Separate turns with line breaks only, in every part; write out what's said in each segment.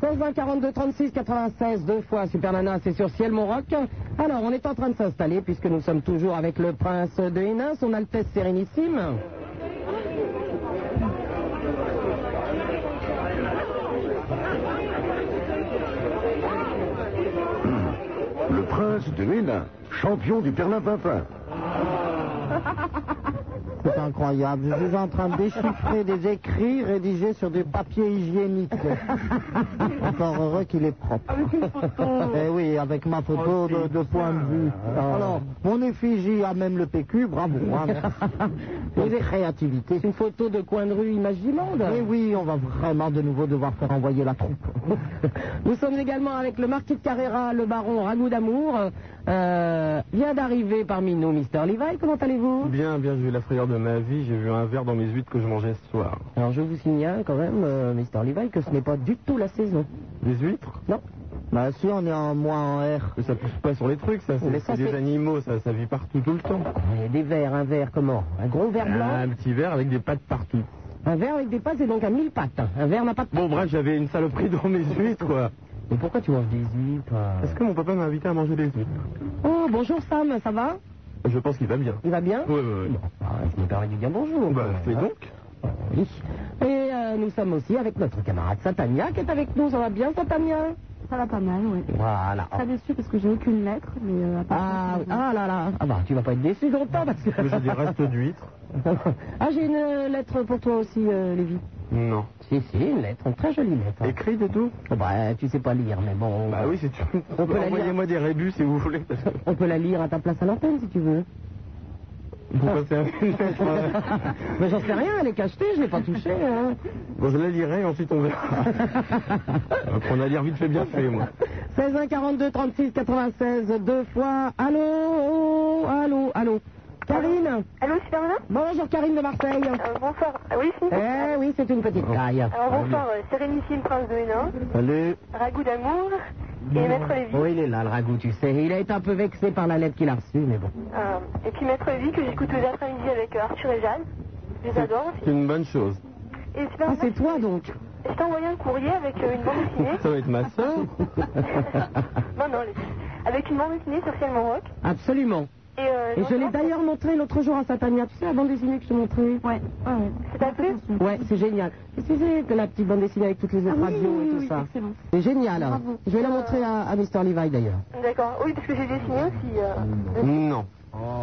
120 42 36 96 deux fois Super Nana, c'est sur Ciel Monroc. Alors, on est en train de s'installer puisque nous sommes toujours avec le prince de Hénin, son Altesse Sérénissime.
Le prince de Hénin, champion du Perlin-Pimpin.
C'est incroyable. Je suis en train de déchiffrer des écrits rédigés sur du papier hygiénique. Encore heureux qu'il est propre. Eh oui, avec ma photo de, de point de vue. Alors, mon effigie a même le PQ, bravo. hein. Quelle créativité.
Une photo de coin de rue Imagimonde.
Mais oui, on va vraiment de nouveau devoir faire envoyer la troupe.
Nous sommes également avec le marquis de Carrera, le baron Ragout d'Amour. Euh, vient d'arriver parmi nous Mister Levi. Comment allez-vous
Bien, bien, j'ai eu la frayeur de ma vie, j'ai vu un verre dans mes huîtres que je mangeais ce soir.
Alors, je vous signale quand même, euh, Mister Levi, que ce n'est pas du tout la saison.
Des huîtres
Non.
Bah si, on est en mois en R.
Que ça pousse pas sur les trucs, ça,
Mais
c'est
ça,
c'est des
c'est-
animaux, ça, ça vit partout tout le temps.
Il y a des verres, un verre comment Un gros verre blanc
Un petit verre avec des pattes partout.
Un verre avec des pattes, c'est donc à mille pattes. Un verre n'a pas de
Bon, bref, j'avais une saloperie dans mes huîtres, quoi.
Mais pourquoi tu manges des huîtres
euh
Est-ce que mon papa m'a invité à manger des huîtres
Oh, bonjour Sam, ça va
Je pense qu'il va bien.
Il va bien
Ouais, ouais, ouais.
Ah, je me permets de lui dire bonjour. Ah,
Bah, fais donc.
Oui. Et euh, nous sommes aussi avec notre camarade Satania qui est avec nous. Ça va bien, Satania
Ça va pas mal, oui.
Voilà.
Pas déçu parce que j'ai aucune lettre, mais euh, à part
Ah,
ça,
oui.
ça va.
ah là là. Ah bah, tu vas pas être déçu longtemps parce que.
Mais J'ai des restes d'huîtres.
ah, j'ai une euh, lettre pour toi aussi, euh, Lévi.
Non.
Si, si, une lettre, une très jolie lettre.
Écrites et tout
Oh, Bah, tu sais pas lire, mais bon.
Bah oui, c'est tout.
On peut la lire.
Envoyez-moi des rébus si vous voulez. parce que-
On peut la lire à ta place à l'antenne si tu veux.
Pourquoi c'est un
mais j'en sais rien, elle est cachetée, je l'ai pas touchée. hein.
Bon, je la lirai, ensuite on verra. on a lire vite fait, bien fait, moi.
16 1 42 36 96 deux fois. Allô, allô, allô. Karine.
Ah, Allô, Superman
Bonjour Karine de Marseille.
euh, Bonsoir. Ah Oui, c'est une petite-
Eh oui, c'est une petite taille.
Alors, bonsoir, euh, Sérénissime Prince de Hénin,
Salut.
Ragout d'Amour et Maître Lévy.
Oui, Oh, il est là, le ragoût, tu sais. Il a été un peu vexé par la lettre qu'il a reçue, mais bon.
Euh, et puis Maître Lévy que j'écoute les après-midi avec euh, Arthur et Jeanne. Je les adore aussi.
C'est une bonne chose.
Et
Ah,
Superman,
c'est toi donc
je t'ai envoyé un courrier avec euh, une bande dessinée.
Ça va être ma soeur.
non, non, les- avec une bande dessinée sur Ciel Rock.
Absolument.
Et, euh,
Et je l'ai d'ailleurs montré l'autre jour à Satania. Tu sais la bande dessinée que je te montrais
Ouais, ouais, ouais.
C'est pas plus
Ouais, c'est génial. Qu'est-ce que c'est que la petite bande dessinée avec toutes les autres
oui,
radios
oui,
et tout
oui,
ça
excellent.
C'est génial. hein.
Bravo.
Je vais la montrer à, à Mr. Levi d'ailleurs.
D'accord. Oui, parce que j'ai dessiné aussi. euh,
Mm.
Non.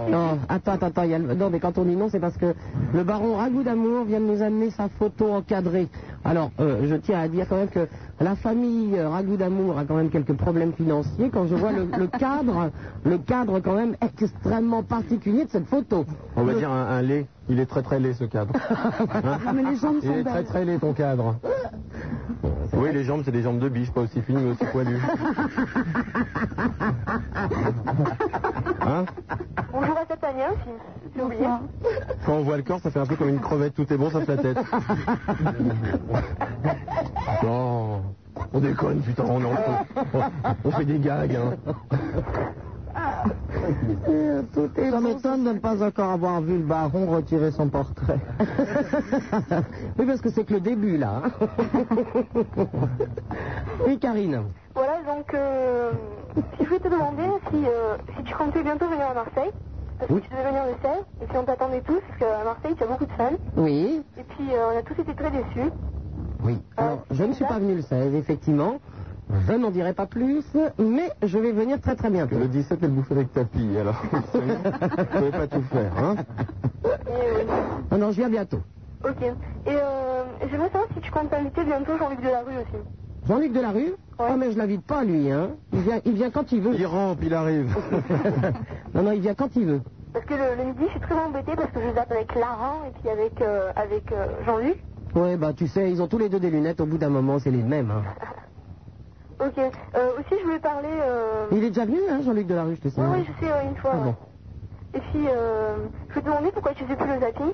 Non, attends, attends, attends. il y a le- Non, mais quand on dit non, c'est parce que le baron Ragout d'Amour vient de nous amener sa photo encadrée. Alors, euh, je tiens à dire quand même que la famille euh, Ragout d'Amour a quand même quelques problèmes financiers quand je vois le, le cadre, le cadre quand même extrêmement particulier de cette photo.
On va dire un, un lait. Il est très très laid ce cadre. Hein
Ah, Mais les jambes
Il
sont
est très
belles.
très laid ton cadre. Oui, les jambes, c'est des jambes de biche, pas aussi fines mais aussi poilues. Hein
Bonjour à Satania aussi. J'ai oublié.
Quand on voit le corps, ça fait un peu comme une crevette. Tout est bon, sauf la tête. Non. On déconne, putain, on, est en- on- on fait des gags. Hein.
Ça m'étonne de ne pas encore avoir vu le baron retirer son portrait.
oui, parce que c'est que le début là. hein. oui, Karine.
Voilà, donc, euh, si je voulais te demander si, euh, si tu comptais bientôt venir à Marseille, parce que tu devais venir le 16, et puis on t'attendait tous, parce qu'à Marseille, tu as beaucoup de fans,
Oui.
et puis euh, on a tous été très déçus.
Oui. Alors, je ne suis pas venu le 16, effectivement. Je n'en dirai pas plus, mais je vais venir très très bientôt.
Le 17, elle bouffait avec tapis, alors. Vous pouvez pas tout faire, hein
Et, euh,
Non, non, je viens bientôt.
ok. Et euh, j'aimerais savoir si tu comptes inviter bientôt Jean-Luc Delarue aussi.
Jean-Luc Delarue Ah, mais je l'invite pas, lui, hein. Il vient, il vient quand il veut.
Il rampe, il arrive.
non, non, il vient quand il veut.
Parce que le, le midi, je suis très embêtée parce que je zappe avec Laurent et puis avec, euh, avec euh, Jean-Luc.
Ouais, bah, tu sais, ils ont tous les deux des lunettes, au bout d'un moment, c'est les mêmes, hein.
Ok. Euh, aussi, je voulais parler... euh,
Il est déjà venu, hein, Jean-Luc Delarue, je te
Oui,
signale.
oui, je sais, ouais, une fois.
Ah
ouais.
bon.
Et puis, euh, je voulais te demander pourquoi tu faisais plus le zapping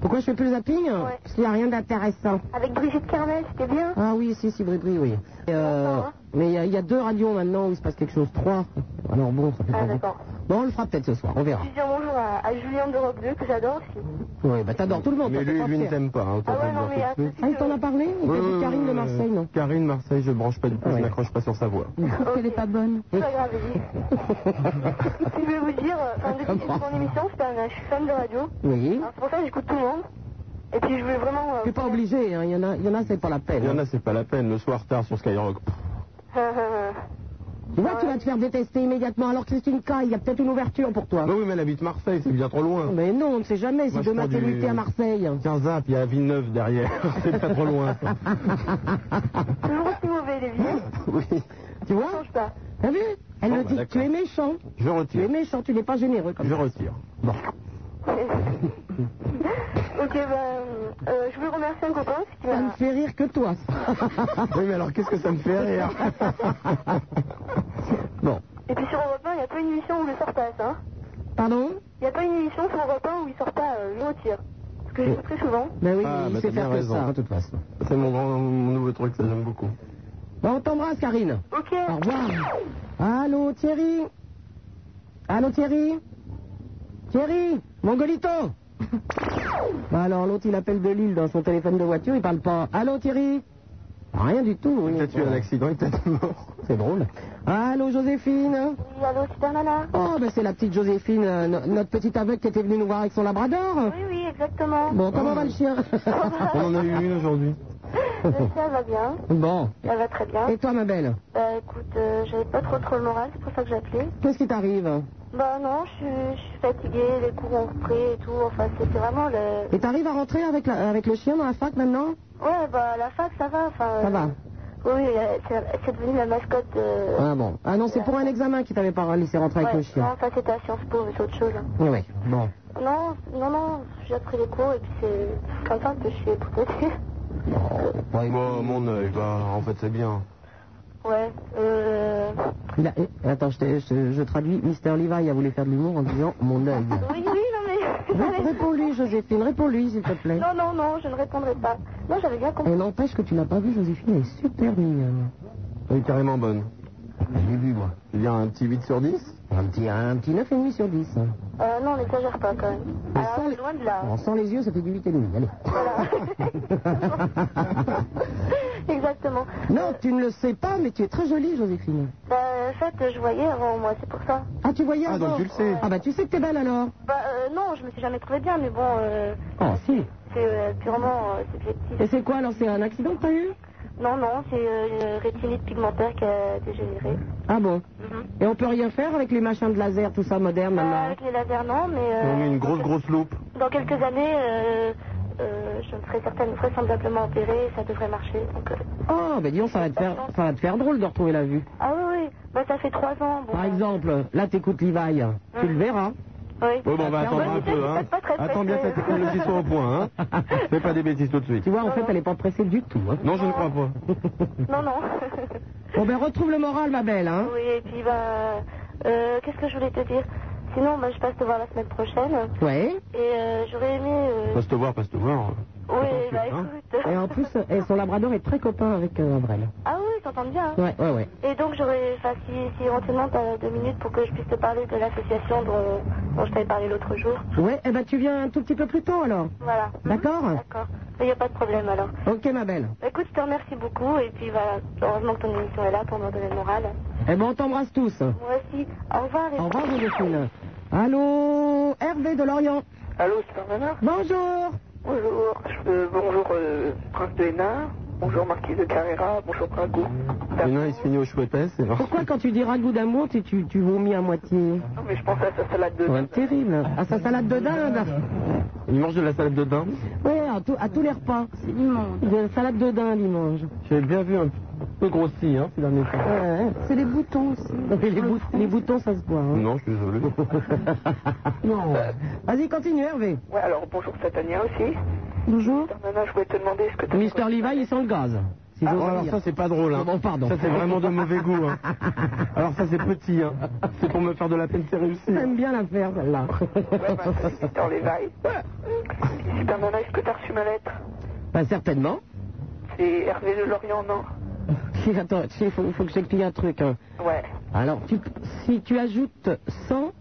Pourquoi je fais plus le zapping
Ouais.
Parce qu'il n'y a rien d'intéressant.
Avec Brigitte Carmel, c'était bien
Ah oui, si, si, Bribri, oui. Et, euh,
Bonsoir, hein.
mais il y, a- il y a deux radios maintenant où il se passe quelque chose, trois. Alors bon, ça fait
Ah,
pas
d'accord.
beaucoup. Bon, on le fera peut-être ce soir, on verra.
Je dis un bonjour à, à Julien d'Europe 2 que j'adore aussi.
Oui, bah t'adores tout le monde. toi,
Mais
t'es
lui,
pas
lui ne
fier.
t'aime pas. hein,
Ah
t'as
ouais,
pas
non,
de
mais
voir
à
tout de
ce euh,
suite.
Ah, il t'en a parlé Il t'a
Ouais,
dit
ouais,
Karine de
ouais,
Marseille, non
Karine Marseille, je branche pas du tout,
Ouais.
je n'accroche pas sur sa voix.
Il trouve
qu'elle est pas bonne.
C'est pas grave, Elie. Puis je vais vous dire, euh, enfin, depuis que j'ai mon émission, je suis un- je suis fan de radio.
Oui.
Alors, c'est pour ça que j'écoute tout le monde. Et puis je voulais vraiment. euh,
Tu n'es pas obligé, hein, il y en a, il y en a, c'est pas la peine.
Il y en
hein.
a, c'est pas la peine, le soir tard sur Skyrock.
Tu vois, tu vas te faire détester immédiatement. Alors Christine K, il y a peut-être une ouverture pour toi.
Bah oui, mais elle habite Marseille, c'est bien trop loin.
Mais non, on ne sait jamais si
Moi, je
demain
prends
t'es
du-
muté à Marseille.
Tiens, zap, il y a Villeneuve derrière, c'est pas trop loin. ça.
toujours aussi mauvais, les vieux.
Oui.
Tu
Ça
vois
change pas.
T'as vu Elle
Bon,
le
bah,
dit,
d'accord.
tu es méchant.
Je
Tu es
retire.
méchant, tu n'es pas généreux comme
Je
ça.
retire.
ok, ben, euh, je voulais remercier un copain parce qu'il
Ça me
m'a.
fait rire que toi.
Ah Oui, mais alors qu'est-ce que ça me fait rire
bon,
Et puis sur Europe 1, il n'y a pas une émission où le sort passe, hein.
pardon
Il n'y a pas une émission sur Europe 1 où il sort pas, euh, je retire. Parce que j'écoute très souvent.
Ben oui,
Ah,
il
bah,
sait
t'as
faire
bien
que
raison.
ça, hein, de toute façon.
C'est mon, grand- mon nouveau truc, ça j'aime beaucoup.
Bon, on t'embrasse, Karine.
Ok.
Au revoir. Allô, Thierry Allô, Thierry Thierry Mongolito Bah Alors, l'autre, il appelle de Lille dans son téléphone de voiture, il parle pas. Allô, Thierry Rien du tout. oui.
Peut-être eu un accident et peut-être mort.
C'est drôle. Allô, Joséphine
Oui, allô, super nana.
Oh, ben c'est la petite Joséphine, euh, no- notre petite aveugle qui était venue nous voir avec son labrador.
Oui, oui, exactement.
Bon, comment va le chien
On en a eu une aujourd'hui.
Le ça va bien,
Bon.
ça va très bien.
Et toi, ma belle
Bah écoute, euh, j'avais pas trop trop le moral, c'est pour ça que j'appelais.
Qu'est-ce qui t'arrive
Bah non, je suis- je suis fatiguée, les cours ont repris et tout, enfin c'était vraiment le...
Et t'arrives à rentrer avec, la- avec le chien dans la fac maintenant
Ouais, bah à la fac ça va, enfin... euh,
Ça va
Oui, euh, c'est c'est devenu la mascotte de...
Ah bon. Ah non, c'est pour un examen qui t'avait pas laissé rentrer avec
Ouais,
le chien.
Non, ça c'était à Sciences Po, mais c'est autre chose. hein.
Oui, oui. Bon.
Non, non, non, j'ai appris les cours et puis c'est comme ça que je suis protégée.
Bon, mon œil, bah en fait c'est bien.
Ouais, euh...
Il a- eh, attends, je, t'ai- je- je traduis. Mr. Levi a voulu faire de l'humour en disant mon œil.
Oui, oui, non
Ré-
mais...
Réponds-lui, Joséphine, réponds-lui, s'il te plaît.
non, non, non, je ne répondrai pas. Non, j'avais bien compris.
Et n'empêche que tu l'as pas vu, Joséphine, elle est super mignonne.
Elle est carrément bonne.
J'ai vu, moi.
Il y a un petit 8 sur 10
Un petit, un petit 9,5 sur 10. hein.
Euh, non, n'exagère pas quand même.
Mais
Ah,
sans les-
loin de là.
On sent les yeux, ça fait du 8,5. Allez.
Exactement.
Non, tu ne le sais pas, mais tu es très jolie, Joséphine.
Bah, en fait, je voyais avant, moi, c'est pour ça.
Ah, tu voyais
Ah,
avant
donc tu le sais.
Ah, bah tu sais que t'es belle alors.
Bah, euh, non, je me suis jamais trouvée bien, mais bon, euh,
Ah,
Oh, si.
c'est euh, purement euh, subjectif.
Et c'est quoi alors C'est un accident que t'as eu
Non, non, c'est euh, une rétinite pigmentaire qui a dégénéré.
Ah bon Et on peut rien faire avec les machins de laser, tout ça moderne
Bah,
maintenant
avec les lasers, non, mais euh,
On met une grosse grosse loupe.
dans quelques années, euh, euh, je me serais certaine, vraisemblablement opérée, et ça devrait marcher. Donc, euh,
Oh, ben disons, ça va, te faire, ça va te faire drôle de retrouver la vue.
Ah oui, oui, bah, ça fait trois ans. Bon,
Par exemple, là, t'écoutes Levi, tu le verras.
Oui.
Bon, bah, on va
Alors,
attendre
bonne
un
idée,
peu,
c'est
hein.
peut-être pas très
Attends bien que la
pressé.
technologie soit au point, hein. Fais pas des bêtises tout de suite.
Tu vois, en fait, elle n'est pas pressée du tout. hein.
Non, je ne crois pas.
Non, non.
Bon, ben retrouve le moral, ma belle. Hein.
Oui, et puis bah, euh, qu'est-ce que je voulais te dire Sinon, bah, je passe te voir la semaine prochaine
Ouais.
et euh, j'aurais aimé. euh,
Passe te voir, passe te voir.
Oui, bah
hein.
écoute.
Et en plus, euh, et son labrador est très copain avec euh, Avrel.
Ah oui, ils s'entendent bien. hein.
Ouais, ouais, ouais.
Et donc, j'aurais. Enfin, si, si éventuellement, t'as deux minutes pour que je puisse te parler de l'association dont, dont je t'avais parlé l'autre jour.
Ouais, eh ben tu viens un tout petit peu plus tôt alors.
Voilà.
D'accord.
Mhm, D'accord. Il n'y a pas de problème alors.
Ok, ma belle.
Bah, Écoute, je te remercie beaucoup et puis voilà. Heureusement que ton émission est là pour me donner le moral.
Eh ben, on t'embrasse tous.
Moi aussi. Au revoir. et-
Au revoir, Joséphine. Allô, Hervé de Lorient.
Allô, Superman
Bonjour.
Bonjour. Euh, bonjour, euh, Prince de Hénin. Bonjour, Marquis de Carrera. Bonjour, Drago.
Et non, il se finit aux chouettes, c'est vrai.
Pourquoi quand tu dis ragoût d'amour, tu, tu, tu vomis à moitié
Non, mais je pensais à sa salade de.
C'est terrible. À sa salade de dinde.
Il mange de la salade de dinde.
Oui, à, tout- à tous les repas.
C'est immonde.
De la salade de dinde, il mange.
J'ai bien vu un peu grossi, hein, ces derniers temps.
C'est des boutons aussi.
Et les, bout- les boutons, ça se boit. hein.
Non, je suis désolé.
Non. Vas-y, continue, Hervé.
Ouais, alors bonjour, Satania aussi.
Bonjour.
Superman, je voulais te demander ce que tu.
Mister Levi, il sent le gaz. Si j'ose
Oh, alors
dire.
ça, c'est pas drôle, hein.
Ah bon, pardon.
Ça, c'est vraiment de mauvais goût, hein. Alors ça, c'est petit, hein. C'est pour me faire de la peine, c'est réussi.
J'aime bien la faire, celle-là.
Ouais, bah, salut, Victor Levi. Superman, est-ce que t'as reçu ma lettre
Bah, certainement.
C'est Hervé de Lorient, non
Si, attends, il faut, faut que j'explique un truc. hein.
Ouais.
Alors, tu- si tu ajoutes 100,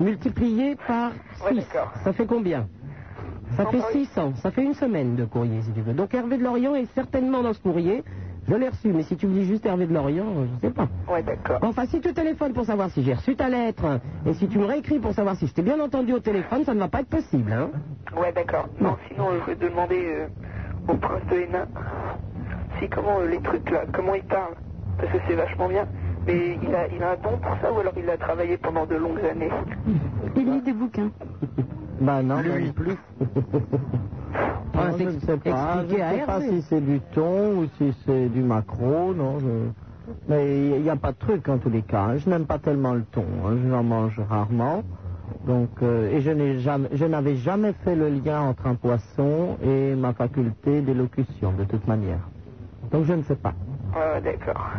multiplié par
Ouais,
6.
d'accord.
ça fait combien Ça fait
Entendu.
600. Ça fait une semaine de courrier, si tu veux. Donc Hervé de Lorient est certainement dans ce courrier. Je l'ai reçu, mais si tu me dis juste Hervé de Lorient, euh, je ne sais pas.
Ouais, d'accord.
Enfin, si tu téléphones pour savoir si j'ai reçu ta lettre, et si tu me réécris pour savoir si je t'ai bien entendu au téléphone, ça ne va pas être possible, hein
Ouais, d'accord. Non, sinon, euh, je vais demander euh, au prince de Hénin si comment euh, les trucs là, comment il parle. Parce que c'est vachement bien. Mais il a, il a un don pour ça ou alors il a travaillé pendant de longues années.
Il lit des bouquins.
Bah non, non plus.
Enfin,
Non,
Ah, c'est
je ne sais pas. Je
expliqué à
ne sais pas
Hervé.
si c'est du thon ou si c'est du macro, non. je- Mais il n'y a pas de truc en tous les cas. hein. Je n'aime pas tellement le thon. hein. Je l'en mange rarement. Donc, euh, et je n'ai jamais, je n'avais jamais fait le lien entre un poisson et ma faculté d'élocution, de toute manière. Donc je ne sais pas.
Ouais, ouais, Ah, d'accord.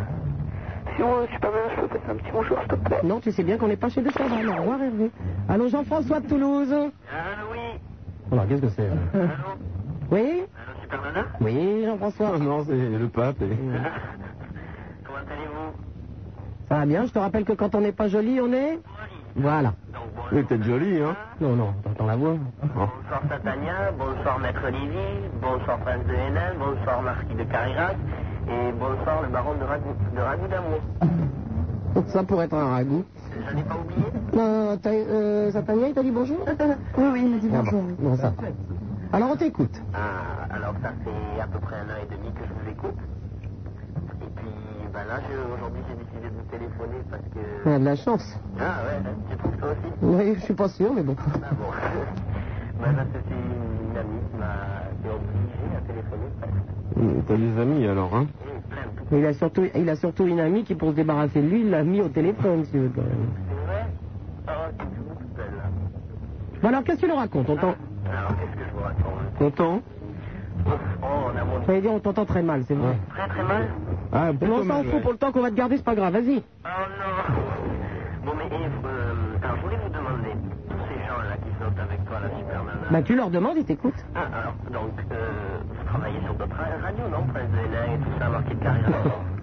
Sinon, euh, je suis pas mal, je peux passer un petit bonjour, s'il te plaît.
Non, tu sais bien qu'on n'est pas chez De Chavannes. Au revoir, Hervé. Allô, Jean-François de Toulouse
Alors, qu'est-ce que c'est euh
Oui Oui, Jean-François.
Non, c'est le pape. et-
Comment allez-vous
Ça va bien, je te rappelle que quand on n'est pas joli, on est... Voilà.
Donc
Mais
bonjour.
t'es joli, hein
Non, non, t'entends la voix.
Bonsoir Satania, bonsoir Maître Olivier, bonsoir Prince de Hénin, bonsoir Marquis de Carirac et bonsoir le baron de Ragout de Ragout d'Amour.
Ça pourrait être un ragoût.
Je n'ai pas oublié
Euh, t'as- euh, Satania, il t'a dit bonjour
Oui, oui, il m'a dit bonjour. oui.
Non, ça. va. Alors, on t'écoute.
Ah, alors ça fait à peu près un an et demi que je vous écoute. Et puis, ben là, je- aujourd'hui j'ai décidé de vous téléphoner parce
On
que...
a de la chance.
Ah ouais, hein, tu trouves toi aussi
Oui, je suis pas sûr, mais bon.
Ah bon Ben parce que c'est une amie qui m'a qui est obligée à téléphoner presque.
Hum, T'as des amis alors, hein
Et plein de
Mais il a surtout, il a surtout une amie qui, pour se débarrasser de lui, l'a mis au téléphone, si tu veux, quand même.
C'est vrai Oh, c'est tout toute belle là.
Bon, alors, qu'est-ce que tu nous racontes On t'en-
Alors, qu'est-ce que je vous raconte
Content
Oh, on a monté
J'allais dire, on t'entend très mal, c'est vrai.
très très mal.
Ah,
Mais on
plutôt
s'en
mal,
fout, pour le temps qu'on va te garder, c'est pas grave, vas-y.
Oh non Bon, mais Yves, euh, alors je voulais vous demander, tous ces gens-là qui sortent avec toi, la super nana.
Bah, tu leur demandes, ils t'écoutent.
Ah, alors, donc, euh, vous travaillez sur d'autres ra- radios, non Prince de Hénin et tout ça, marqué de carrière.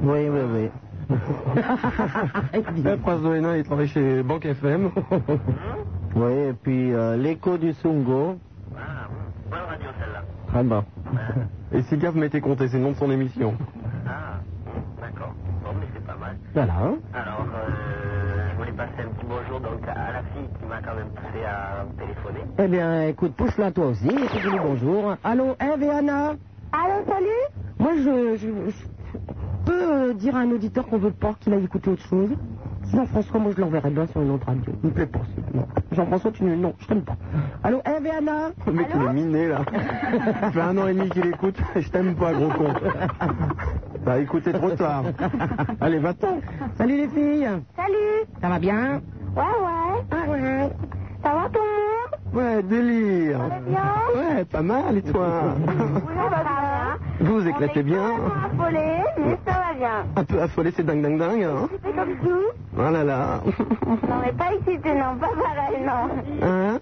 Oui, oui, oui.
ouais. Le prince de Hénin, il travaille chez Banque FM.
Oui, et puis euh, l'écho du Sungo.
Ah, bon. bonne radio celle-là.
Très bon.
Ah, Et si Gaffe m'était compté, c'est le nom de son émission.
Ah, bon, d'accord. Bon, mais c'est pas mal.
Voilà, hein.
Alors, euh, je voulais passer un petit bonjour donc à la fille qui m'a quand même poussé à téléphoner.
Eh bien, écoute, pousse-la toi aussi, et puis dis-lui bonjour. Allô, Eve et Anna
Allô, Euh, salut
Moi, je, je- je peux euh, dire à un auditeur qu'on veut pas qu'il aille écouter autre chose. Sinon, François, moi, je l'enverrai bien sur une autre radio. Il me plaît pas, s'il te plaît. Jean-François, tu ne... Non, je t'aime pas. Allô, Eve et Anna
Le mec, il est miné là. Ça fait un an et demi qu'il écoute. Je t'aime pas, gros con. T'as écouté trop tard. Allez, va-t'en.
Salut les filles
Salut
Ça va bien
Ouais, Ah, ouais. Ça va ton mur
Ouais, délire.
Ça va bien
Ouais, pas mal, et toi
Oui, ça va bien.
Vous vous éclatez bien.
On est hein. complètement affolés, mais ça va bien.
Un peu affolé, c'est dingue, dingue, dingue. Hein
C'est comme tout.
oh là là.
Non, mais pas excité, non, pas pareil, non.
Hein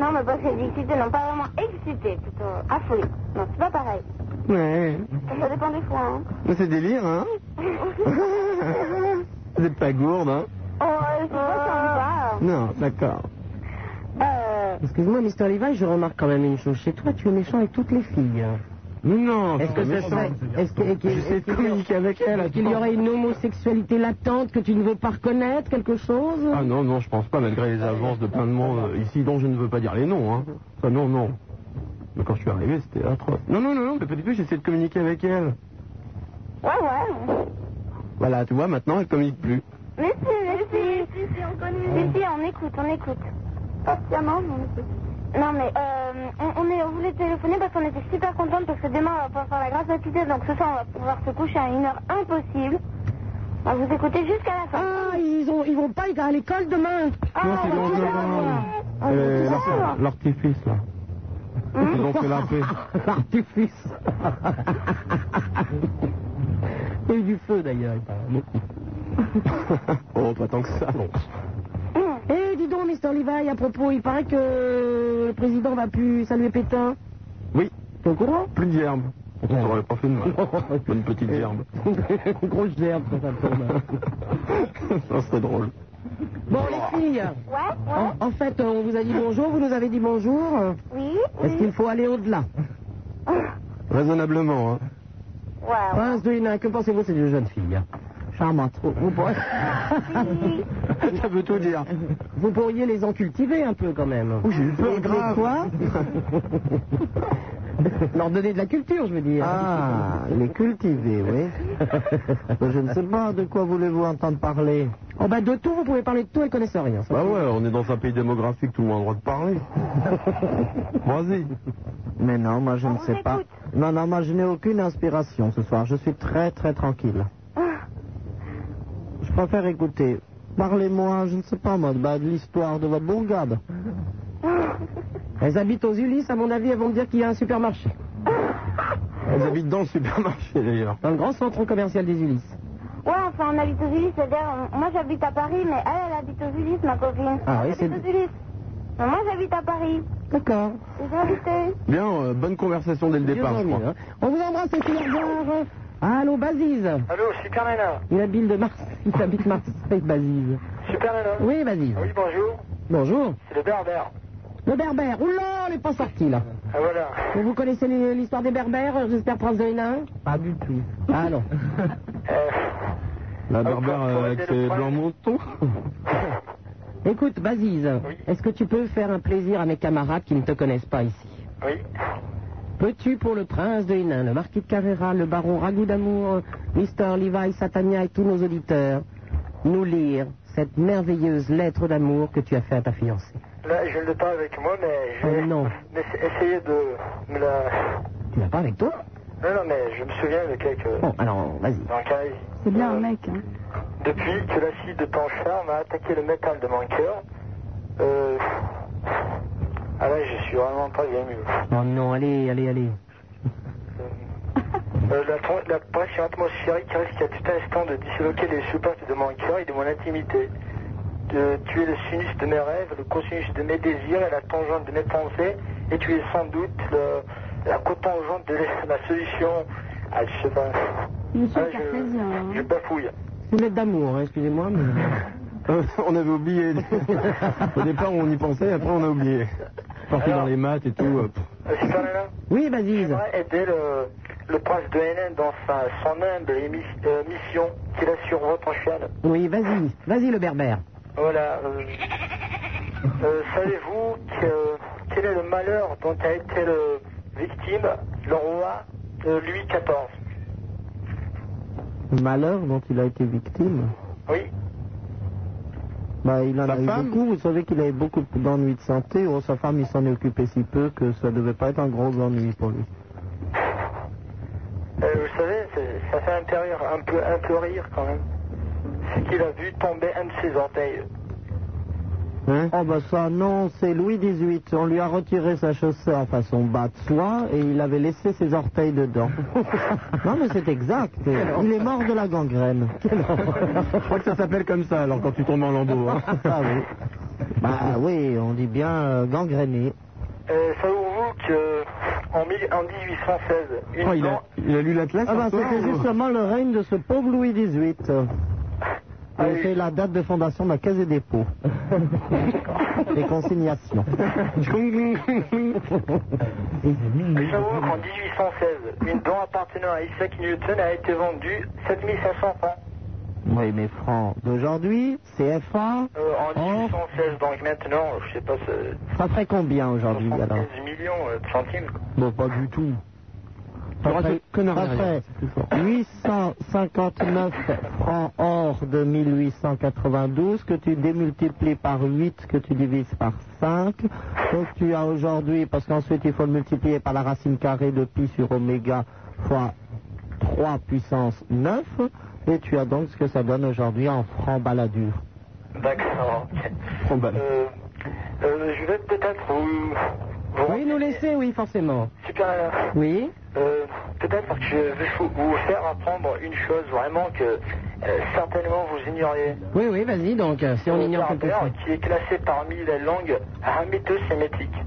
Non, mais parce que j'ai excité, non, pas vraiment excité, plutôt affolé. Non, c'est pas pareil.
Ouais.
Ça dépend des fois, hein.
Mais c'est délire, hein Vous êtes pas gourde, hein
Oh, euh, c'est pas sympa.
Non, d'accord.
Euh,
Excuse-moi, Mr. Levi, je remarque quand même une chose. Chez toi, tu es méchant avec toutes les filles.
Non,
Est-ce que ça serait... Est-ce que- est-ce que-
J'essaie
est-ce
de communiquer avec elle.
qu'il y aurait une homosexualité latente que tu ne veux pas reconnaître, quelque chose
Ah non, non, je pense pas, malgré les avances de plein de monde euh, ici, dont je ne veux pas dire les noms. Hein. Ça, non, non. Mais quand je suis arrivé, c'était atroce. Non, non, non, non, mais pas du tout, j'essaie de communiquer avec elle.
ouais, ouais.
Voilà, tu vois, maintenant, elle communique plus.
Mais si, mais si. Si, si, on connaît. si, on écoute, on écoute. Patiemment, on écoute. Non, mais euh, on, on, est, on voulait téléphoner parce qu'on était super contentes parce que demain, on va pouvoir faire la grâce matinée. Donc ce soir, on va pouvoir se coucher à une heure impossible. On va vous écouter jusqu'à la fin. Ah,
Ah, ils, ont, ils vont pas à l'école demain
Non, c'est dans le Euh, l'ar- L'artifice, là. Ils ont fait la paix.
L'artifice Il y a eu du feu d'ailleurs, il paraît. Bon.
Ah.
oh, pas tant que ça, non.
Eh, dis donc, Mr. Levi, à propos, il paraît que le président va plus saluer Pétain.
Oui,
T'es au courant
plus d'herbe.
Oh.
On aurait pas fait de mal.
Eh.
Une petite gerbe.
Grosse gerbe, ça, ça tombe.
ça serait drôle.
Bon, les filles,
Ouais, ouais.
en, en fait, euh, on vous a dit bonjour, vous nous avez dit bonjour.
Oui,
Est-ce
oui.
qu'il faut aller au-delà
Raisonnablement, hein.
Ouais, ouais.
Prince de Hénin, que pensez-vous de cette jeune fille Charmante. Vous, vous pourrez-
Oui.
Ça veut tout dire.
vous pourriez les en cultiver un peu quand même.
j'ai eu peur,
Malgré
grave.
quoi Leur donner de la culture, je veux dire.
Ah, il est cultivé, oui. Je ne sais pas de quoi voulez-vous entendre parler.
Oh bah de tout, vous pouvez parler de tout, elles connaissent rien. ça.
Bah ouais, on est dans un pays démographique, tout le monde a le droit de parler. Vas-y.
Mais non, moi je
Ah, On
ne
vous
sais pas.
écoute.
Non, non, moi je n'ai aucune inspiration ce soir. Je suis très très tranquille.
Ah.
Je préfère écouter. Parlez-moi, je ne sais pas moi, bah, de l'histoire de votre bourgade.
Elles habitent aux Ulysses, à mon avis, elles vont me dire qu'il y a un supermarché.
Elles habitent dans le supermarché d'ailleurs.
Dans le grand centre commercial des Ulysses.
Ouais, enfin, on habite aux Ulysses, c'est-à-dire, on- moi j'habite à Paris, mais elle, elle habite aux Ulysses, ma copine.
Ah oui,
Elle habite aux Ulysses. Mais moi j'habite à Paris.
D'accord.
Les invités.
Bien, euh, bonne conversation dès le départ, je
Bienvenue,
crois.
hein. On vous embrasse, les filles, au revoir. Allô, Basise
Allô, Super Nana.
Il habite de Mars. Il habite Marseille, Basise.
Super Nana.
Oui, Basise.
Ah
Oui, bonjour.
Bonjour.
C'est le berbère.
Le berbère. Oula, on n'est pas sorti là.
Ah voilà.
Vous vous connaissez les- l'histoire des berbères, euh, j'espère, Prince de Hénin
Pas du tout.
Ah non.
Euh,
La
Encore
barbare euh,
pour
avec
aider le
ses blancs
problème.
montons.
Écoute, Basise, est-ce que tu peux faire un plaisir à mes camarades qui ne te connaissent pas ici
oui.
Peux-tu pour le prince de Hénin, le marquis de Carrera, le baron Ragout d'Amour, euh, Mister Levi, Satania et tous nos auditeurs, nous lire cette merveilleuse lettre d'amour que tu as faite à ta fiancée
Là, je ne l'ai pas avec moi, mais je
Oh, non.
mais c'est- essayer de me la...
Tu n'as pas avec toi
Non, non, mais je me souviens de quelques...
Bon, alors, vas-y.
Dans le carré.
C'est bien
Euh,
un mec. Hein.
Depuis que l'acide de ton charme a attaqué le métal de mon cœur, euh... Ah là, je suis vraiment pas bien mieux.
Oh non, allez, allez, allez.
Euh, la, tro- la pression atmosphérique risque à tout instant de disloquer les soupapes de mon cœur et de mon intimité, de tuer le sinus de mes rêves, le cosinus de mes désirs et la tangente de mes pensées, et tuer sans doute le- la cotangente de la- la solution. Ah, je sais pas. Ah,
Monsieur Cartésien.
je, je
hein.
bafouille.
C'est une lettre d'amour, hein, excusez-moi. mais-
Euh, on avait oublié. Au départ, on y pensait, après, on a oublié. Parti
Alors
dans les maths et tout. euh, pff.
Euh, Super Nana,
Eh Oui, Basise.
j'aimerais aider le, le prince de Hénin dans sa, son humble émi- euh, mission qu'il a sur votre chaîne.
Oui, vas-y, vas-y le berbère.
Voilà. euh, euh, Savez-vous que- quel est le malheur dont a été le victime le roi de Louis XIV
Le malheur dont il a été victime.
Oui.
Bah, il en
Sa
a eu
femme
beaucoup. Vous savez qu'il avait beaucoup d'ennuis de santé. Oh, sa femme, il s'en est occupé si peu que ça devait pas être un gros ennui pour lui.
Euh, vous savez, c'est- ça fait un peu, rire, un, peu, un peu rire quand même. C'est qu'il a vu tomber un de ses orteils.
Oh bah ça non, c'est Louis XVIII. On lui a retiré sa chaussée, enfin son bas de soie, et il avait laissé ses orteils dedans. non mais c'est exact. Il est mort de la gangrène. hein.
Je crois que ça s'appelle comme ça, alors, quand tu tombes en lambeaux. hein.
Ah oui. Bah oui, on dit bien euh, gangréné.
Euh, Savez-vous que en, mille- en 1816, une
Oh, il, a,
blan-
il a lu l'Atlas
Ah bah
ce soir,
c'était
ou-
justement le règne de ce pauvre Louis XVIII.
Ah
Et
oui.
C'est la date de fondation de la Caisse des dépôts. Les consignations.
Savez-vous qu'en 1816, une dent appartenant à Isaac Newton a été vendue 7500 francs
Oui mais franc. D'aujourd'hui, CFA,
Euh, en
Oh.
1816, donc maintenant, je sais pas, c'est
ça ferait combien aujourd'hui alors
75 millions euh, de centimes. quoi.
Bon, pas du tout.
Ça
T'auras
fait-
ce connard
ça
derrière,
fait
c'est plus fort.
859 francs or de 1892 que tu démultiplies par 8, que tu divises par 5. Donc tu as aujourd'hui, parce qu'ensuite il faut le multiplier par la racine carrée de pi sur oméga fois 3 puissance 9. Et tu as donc ce que ça donne aujourd'hui en francs baladure.
D'accord. ok.
Bon, bah,
Euh, euh, je vais peut-être vous... vous
Oui, nous laisser, oui, forcément.
Super Nana.
Oui.
Euh, peut-être que je vais vous- vous faire apprendre une chose vraiment que euh, certainement vous ignoriez.
Oui, oui, vas-y, donc, euh, si on
Le
ignore quelque
berbère
chose.
qui est classé parmi les langues hamito-sémitiques.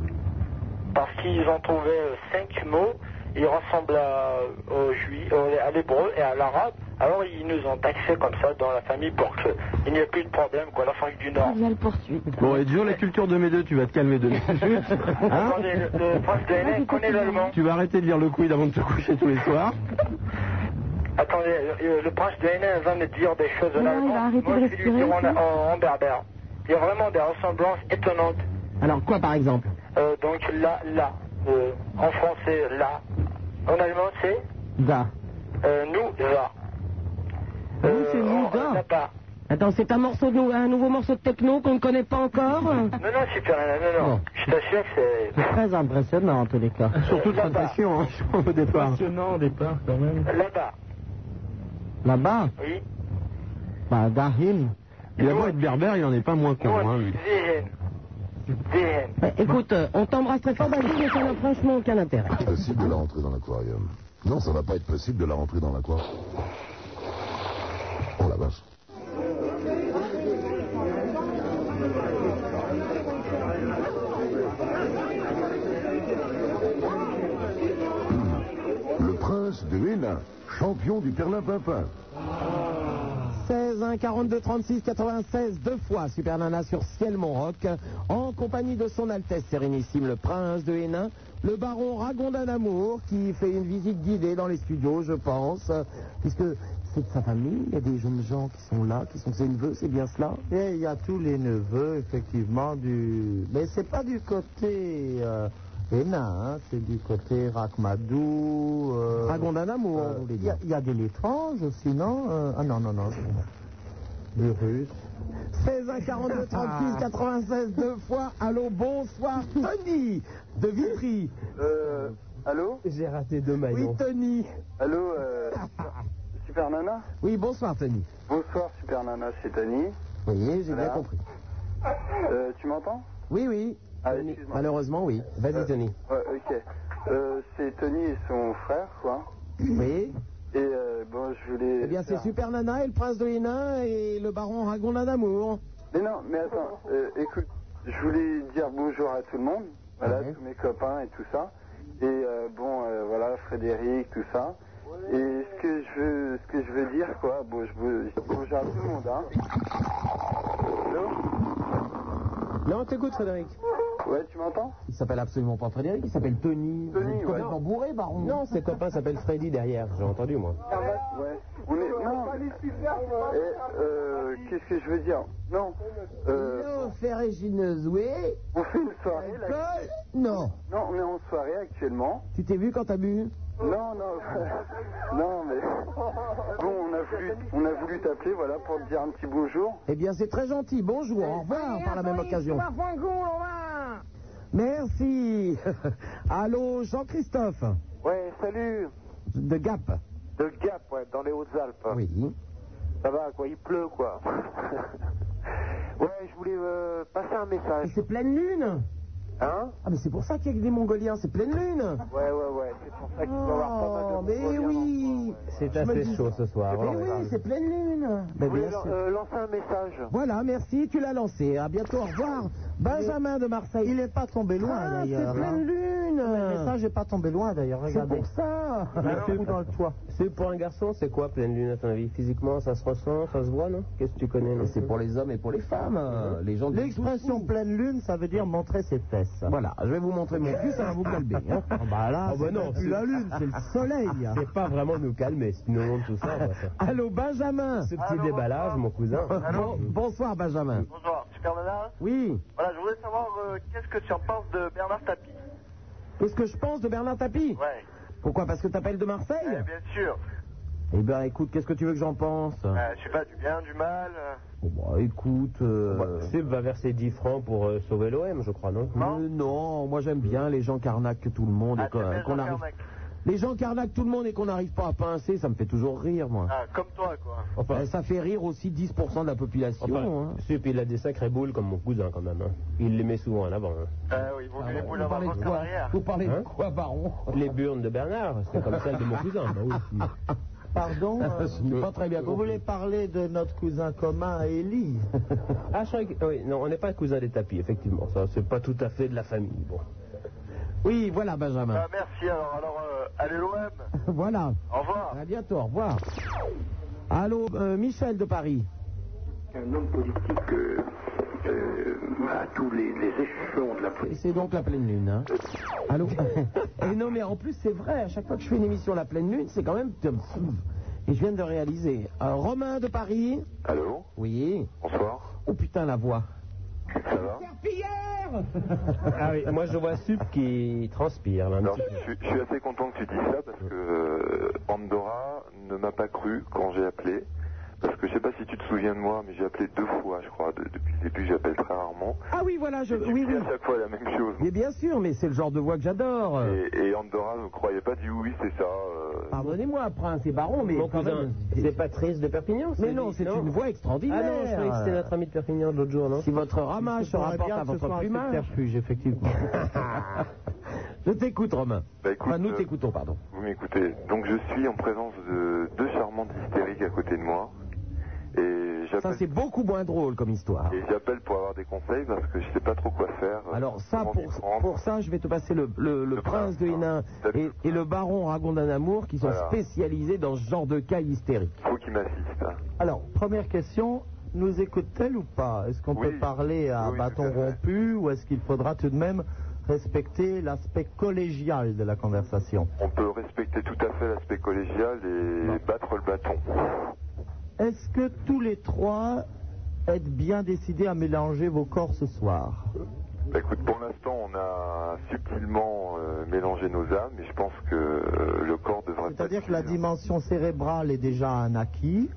Parce qu'ils ont trouvé euh, cinq mots
il ressemble à, aux Juifs, euh, à l'hébreu et à l'arabe. Alors ils nous ont taxés comme ça dans la famille pour qu'il n'y ait plus de problème, quoi, l'Afrique du Nord.
via le poursuite.
Bon, et Joe, la culture de mes deux, tu vas te calmer deux minutes. Hein
Attendez, le, le prince de Hénin connaît l'allemand.
tu vas arrêter de lire le quid avant de te coucher tous les soirs.
Attendez, le, le prince de Hénin va me dire des choses en
Non, il va
allemand.
arrêter
Moi,
de
je vais lui
respirer,
dire en,
ça.
en- en berbère. Il y a vraiment des ressemblances étonnantes.
Alors quoi par exemple
Euh, donc là, là. Euh, en français, là. En allemand, c'est
Da.
euh, nous, là.
Nous, c'est nous,
en-
là.
là-bas.
Attends, c'est un morceau de nou- un nouveau morceau de techno qu'on ne connaît pas encore
Non, non, super, Nana, non, non.
Non.
Je t'assure que c'est.
C'est très impressionnant en tous les cas.
Surtout de sensation, hein, je crois, au départ.
Passionnant au départ quand même.
Là-bas,
Là-bas,
oui.
bah, Dahil.
Il a beau être berbère, il en est pas moins
Nous,
con.
on
Hein,
dit
lui.
Zéhen. Zéhen.
Ouais, Écoute, euh, on t'embrasse très fort, Basile, mais ça n'a franchement aucun intérêt.
possible de la rentrer dans l'aquarium. Non, ça va pas être possible de la rentrer dans l'aquarium. Oh la vache. Hmm. Le prince de Hénin, champion du perlimpinpin.
16 1 42 36 96 deux fois Super Nana sur Ciel Montroc en compagnie de son Altesse Sérénissime le Prince de Hénin, le Baron Ragondin d'Amour qui fait une visite guidée dans les studios je pense euh, puisque c'est de sa famille, il y a des jeunes gens qui sont là, qui sont ses neveux, c'est bien cela
Et il y a tous les neveux, effectivement, du. Mais c'est pas du côté euh, Hénin, hein, c'est du côté Rachmadou. euh,
Ragondin d'Amour,
euh,
on voulait
Il y a-
dire.
il y, a des Létranges aussi, non Euh, Ah non, non, non. c'est- Des Russes.
16 1 42 36 96 deux fois, allô bonsoir Tony de Vitry,
Euh, allô
J'ai raté deux
oui Tony,
Allô, euh, Super Nana
oui bonsoir Tony,
Bonsoir Super Nana, c'est Tony.
oui j'ai bien
Voilà.
compris,
Euh, tu m'entends
oui oui,
Ah,
Tony,
excuse-moi.
malheureusement oui, vas-y Tony.
Ouais, ok. Euh, c'est Tony et son frère, quoi.
Oui,
Et euh, bon, je voulais.
eh bien c'est
faire-
Super Nana et le prince de Hénin et le baron Ragondin d'Amour.
Mais non, mais attends, euh, écoute, je voulais dire bonjour à tout le monde, voilà,
Ouais.
tous mes copains et tout ça. Et euh, bon, euh, voilà, Frédéric, tout ça. Et ce que je veux, ce que je veux dire, quoi, bon, je veux, je dis bonjour à tout le monde, hein. Allô
Là on t'écoute Frédéric.
Ouais, tu m'entends
Il s'appelle absolument pas Frédéric, il s'appelle Tony.
Tony,
Vous êtes
ouais.
complètement bourré, baron. Non, ses copains s'appellent Freddy derrière, j'ai entendu moi.
Ouais. On est. Non. Eh, euh, qu'est-ce que je veux dire Non. Euh,
Ferrégineuse, oui.
on fait une soirée, là.
Colle Non.
Non, on est en soirée actuellement.
Tu t'es vu quand t'as bu
Non, non, non, mais bon, on a voulu, on a voulu t'appeler, voilà, pour te dire un petit bonjour.
Eh bien, c'est très gentil. Bonjour, au revoir par la même occasion. Merci. Allô, Jean-Christophe
Ouais, salut.
de Gap.
De Gap, ouais, dans les Hautes-Alpes.
Oui.
Ça va, quoi, il pleut, quoi. ouais, je voulais euh, passer un
Et
message,
c'est pleine lune
hein
Ah, mais c'est pour ça qu'il y a que des Mongoliens, c'est pleine lune
Ouais, ouais, ouais, c'est pour ça qu'il va y avoir pas mal de.
Oh, mais
Mongoliens
oui
C'est
assez
chaud ce soir.
Oh,
Mais oui, c'est pleine lune
Je voulais leur- euh, lancer un message.
Voilà, merci, tu l'as lancé. À bientôt, au revoir. Benjamin de Marseille.
Il n'est pas tombé loin
Ah, c'est
d'ailleurs.
pleine
hein. Le
lune
message n'est pas tombé loin d'ailleurs,
C'est
regardez.
pour ça
Il a un trou dans le toit.
C'est pour un garçon, c'est quoi pleine lune à ton avis Physiquement, ça se ressent, ça se voit, non Qu'est-ce que tu connais non
pour les hommes et pour les femmes. Les gens
L'expression pleine lune, ça veut dire montrer ses fesses.
Voilà, je vais vous montrer mon cul, ça va vous calmer. hein.
Ah bah là,
bah
c'est
non,
pas plus
c'est-
la lune, c'est le soleil.
C'est pas vraiment nous calmer, si tu nous montres tout ça, on va faire.
Allô, Benjamin
Ce petit déballage, mon cousin.
Bon- Bonsoir, Benjamin.
Bonsoir, super nana.
Oui,
Voilà, je voulais savoir euh, qu'est-ce que tu en penses de Bernard Tapie.
qu'est-ce que je pense de Bernard Tapie
Ouais, Eh
Pourquoi Parce que t'appelles de Marseille
bien sûr. Euh,
Eh ben, écoute, qu'est-ce que tu veux que j'en pense
je sais pas, du bien, du mal. euh,
Bon, bah, écoute... euh,
Sub va verser 10 francs pour euh, sauver l'OM, je crois, non
Non, Euh, non, moi j'aime bien les gens qui arnaquent tout le monde
Ah,
et qu'on qu'on arrive. Les gens qui arnaquent tout le monde et qu'on n'arrive pas à pincer, ça me fait toujours rire, moi.
Ah, comme toi, quoi.
Ah, Enfin,
Euh, ça fait rire aussi 10% de la population.
enfin,
hein.
Sup, il a des sacrées boules comme mon cousin, quand même. hein. Il les met souvent en avant. hein.
Ah oui, vous
Ah Vous parlez de quoi Vous parlez de
Hein
quoi, Baron
Les burnes de Bernard, c'est comme celles de mon cousin. bah oui.
Pardon euh,
Je n'ai pas très bien
Vous
compris.
voulez parler de notre cousin commun, Élie
Ah, je croyais que- oui, non, on n'est pas cousin des tapis, effectivement. Ça, c'est pas tout à fait de la famille. Bon. Ah.
Oui, voilà, Benjamin.
Ah, merci, alors, euh, alors
allez l'OM.
Voilà.
Au revoir.
À bientôt, au revoir. Allô, euh, Michel de Paris.
Un homme politique euh, euh, à tous les, les échelons de la
Et C'est donc la pleine lune. Hein. Allô Et non, mais en plus, c'est vrai, à chaque fois que je fais une émission La pleine lune, c'est quand même. Et je viens de le réaliser. Euh, Romain de Paris.
Allô
Oui.
Bonsoir.
Oh putain, la voix.
Ça va
Ah oui, moi je vois Sup qui transpire là. un
Alors,
petit
je, suis- je suis assez content que tu dises ça parce que euh, Andorra ne m'a pas cru quand j'ai appelé. Parce que je sais pas si tu te souviens de moi, mais j'ai appelé deux fois, je crois. De- depuis le début, j'appelle très rarement.
Ah oui, voilà, je.
Et tu
Oui,
me dis
oui.
à chaque fois la même chose.
Mais bien sûr, mais c'est le genre de voix que j'adore.
Et, et Andorra ne croyait pas, dit oui, c'est ça. euh,
Ah. Pardonnez-moi, prince et baron, mais
Mon
quand
cousin,
même-
c'est Patrice de Perpignan
Mais non, c'est une voix extraordinaire.
Ah non, je croyais que c'était notre ami de Perpignan de l'autre jour, non
Si votre ramage se rapporte à votre plumage.
effectivement.
je t'écoute, Romain.
Bah, écoute,
Enfin, nous
euh,
t'écoutons, pardon.
Vous m'écoutez. Donc je suis en présence de deux charmantes hystériques à côté de moi. Et
Ça,
j'appelle
c'est beaucoup moins drôle comme histoire.
et j'appelle pour avoir des conseils parce que je sais pas trop quoi faire. euh,
Alors ça, pour, pour ça, je vais te passer le, le- le prince de Hénin et, et le baron Ragondan-Amour qui sont
Voilà.
spécialisés dans ce genre de cas hystérique.
Faut qu'il m'assiste. hein.
Alors, première question, nous écoute-t-elle ou pas Est-ce qu'on peut parler à bâton rompu ou est-ce qu'il faudra tout de même respecter l'aspect collégial de la conversation
On peut respecter tout à fait l'aspect collégial et battre le bâton.
Est-ce que tous les trois êtes bien décidés à mélanger vos corps ce soir
Bah, écoute, pour l'instant, on a subtilement euh, mélangé nos âmes et je pense que euh, le corps devrait pas.
C'est-à-dire que la dimension cérébrale est déjà un acquis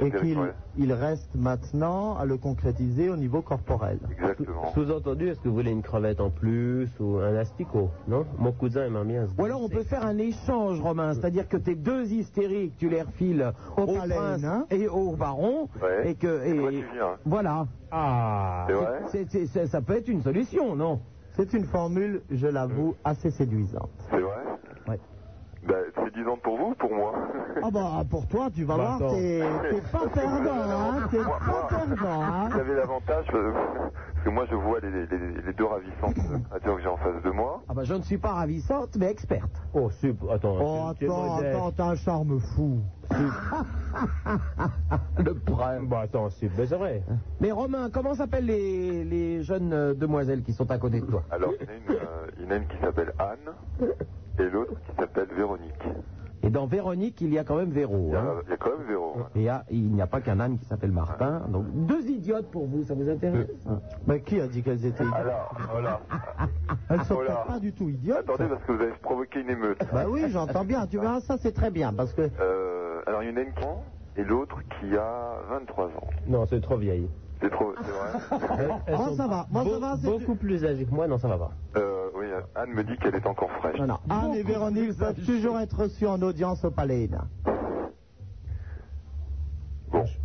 et
dirais,
qu'il
ouais.
il reste maintenant à le concrétiser au niveau corporel.
Exactement.
Sous-entendu, est-ce que vous voulez une crevette en plus ou un asticot Non Mon cousin aime bien ce
Ou alors on peut faire un échange, Romain, c'est-à-dire que tes deux hystériques, tu les refiles au, prince
hein.
et au baron, et que et- voilà. Ah,
C'est vrai
c'est- c'est- c'est- ça peut être une solution, non
C'est une formule, je l'avoue, assez séduisante.
C'est vrai
Ouais.
Bah, c'est disant pour vous ou pour moi
Ah bah pour toi, tu vas
Bah,
voir,
attends.
t'es t'es pas perdant, hein, t'es pas perdant, hein.
Vous avez l'avantage, euh, parce que moi je vois les, les- les deux ravissantes créatures que j'ai en face de moi.
Ah bah je ne suis pas ravissante, mais experte.
Oh, sup, attends.
Oh attends, attends, t'as un charme fou.
Le problème.
Bah attends, sup, mais c'est vrai.
Mais Romain, comment s'appellent les, les jeunes euh, demoiselles qui sont à côté de toi
Alors il y en a une, euh, il y en a une qui s'appelle Anne et l'autre qui s'appelle Véronique.
Et dans Véronique, il y a quand même Véro.
Il y a,
hein.
il y a quand même Véro. hein.
Et ah, il n'y a pas qu'un âne qui s'appelle Martin. Donc deux idiotes pour vous, ça vous intéresse
Mais qui a dit qu'elles étaient
Alors, voilà.
Elles sont
Voilà.
pas du tout idiotes.
Attendez parce que vous avez provoqué une émeute.
Ah,
Bah oui, j'entends bien, tu vois, ça c'est très bien parce que
Euh, alors il y en a une qui a et l'autre qui a 23 ans.
Non, c'est trop vieille.
C'est trop, c'est vrai
Moi, Ah, ça va. Moi, ça va, c'est-
Beaucoup plus âgée que moi, non, ça va pas.
Euh, Oui, Anne me dit qu'elle est encore
Ah,
fraîche.
voilà, Anne et Véronique peuvent toujours être reçues en audience au palais. Hénin.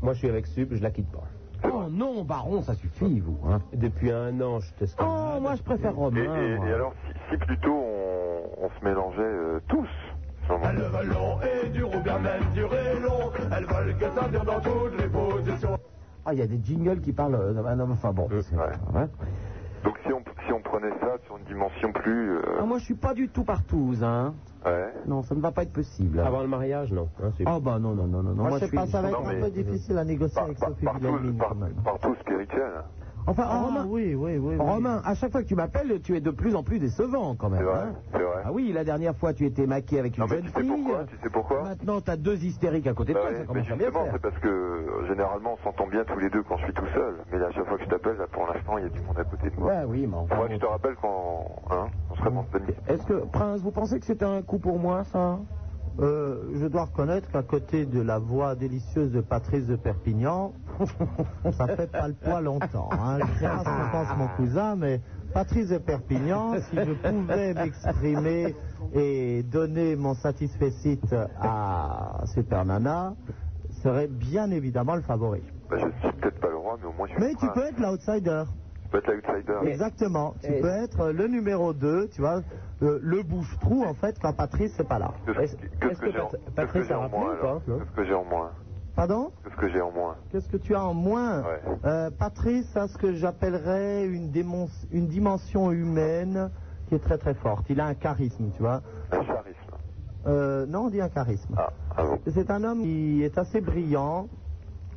Moi, je suis avec Sup, je la quitte pas.
Oh non, baron, ça suffit, vous.
Ah.
hein.
Depuis un an, je te
Oh, moi je préfère
Et,
Romain.
et-
moi.
et alors, si, si plutôt on, on se mélangeait euh, tous
Elles veulent long et dur ou bien même dur et long. Elles veulent que ça dure dans toutes les positions.
Ah, il y a des jingles qui parlent. euh, d'un homme, Enfin bon. c'est- ouais.
Donc si on, si on prenait ça sur une dimension plus... euh,
Ah, moi je suis pas du tout partouze, hein.
ouais.
Non, ça ne va pas être possible.
Ah.
hein.
Avant le mariage, non. hein, Sup.
Ah bah non, non, non, non. non,
Moi, je
je
sais
suis-
pas, ça va
Non,
être un
mais-
peu difficile à négocier avec Sophie Wilhelmine quand même.
Partout spirituel.
Enfin,
Ah
Romain,
oui, oui, oui. oui.
Romain, à chaque fois que tu m'appelles, tu es de plus en plus décevant quand
C'est
même.
vrai,
hein.
c'est vrai.
Ah oui, la dernière fois tu étais maqué avec une
Non mais
jeune
tu sais
fille.
pourquoi Tu sais pourquoi
Maintenant t'as deux hystériques à côté de
Bah
toi,
ouais,
ça
mais
commence à bien
justement,
faire.
c'est parce que euh, généralement on s'entend bien tous les deux quand je suis tout seul. Mais là, à chaque fois que je t'appelle, là pour l'instant, il y a du monde à côté de moi.
Bah oui, mais enfin,
Moi, tu te rappelles quand hein, on serait dans le
Est-ce que, Prince, vous pensez que c'était un coup pour moi, ça
Euh, je dois reconnaître qu'à côté de la voix délicieuse de Patrice de Perpignan, ça fait pas le poids longtemps. hein. Je ne sais pas ce que pense mon cousin, mais Patrice de Perpignan, si je pouvais m'exprimer et donner mon satisfecit à Super Nana, serait bien évidemment le favori.
Bah, je suis peut-être pas le roi, mais au moins je suis
Mais
le
tu
prince.
peux être l'outsider.
Tu peux être l'outsider.
Exactement. Tu peux être le numéro 2, tu vois, euh, le bouche-trou en fait quand Patrice n'est pas là.
Que-
Est-ce-
que-
est-ce
que
que
j'ai en-
Pat-
que ce
Patrice
que j'ai
a
en
rappelé
moi,
ou pas,
alors
non
Que ce que j'ai en moins
Pardon
Que ce que j'ai en moins
Qu'est-ce que tu as en moins
Ouais.
Euh, Patrice a ce que j'appellerais une, démon- une dimension humaine qui est très très forte. Il a un charisme, tu vois.
Un charisme. Ah,
Euh, non, on dit un charisme. C'est un homme qui est assez brillant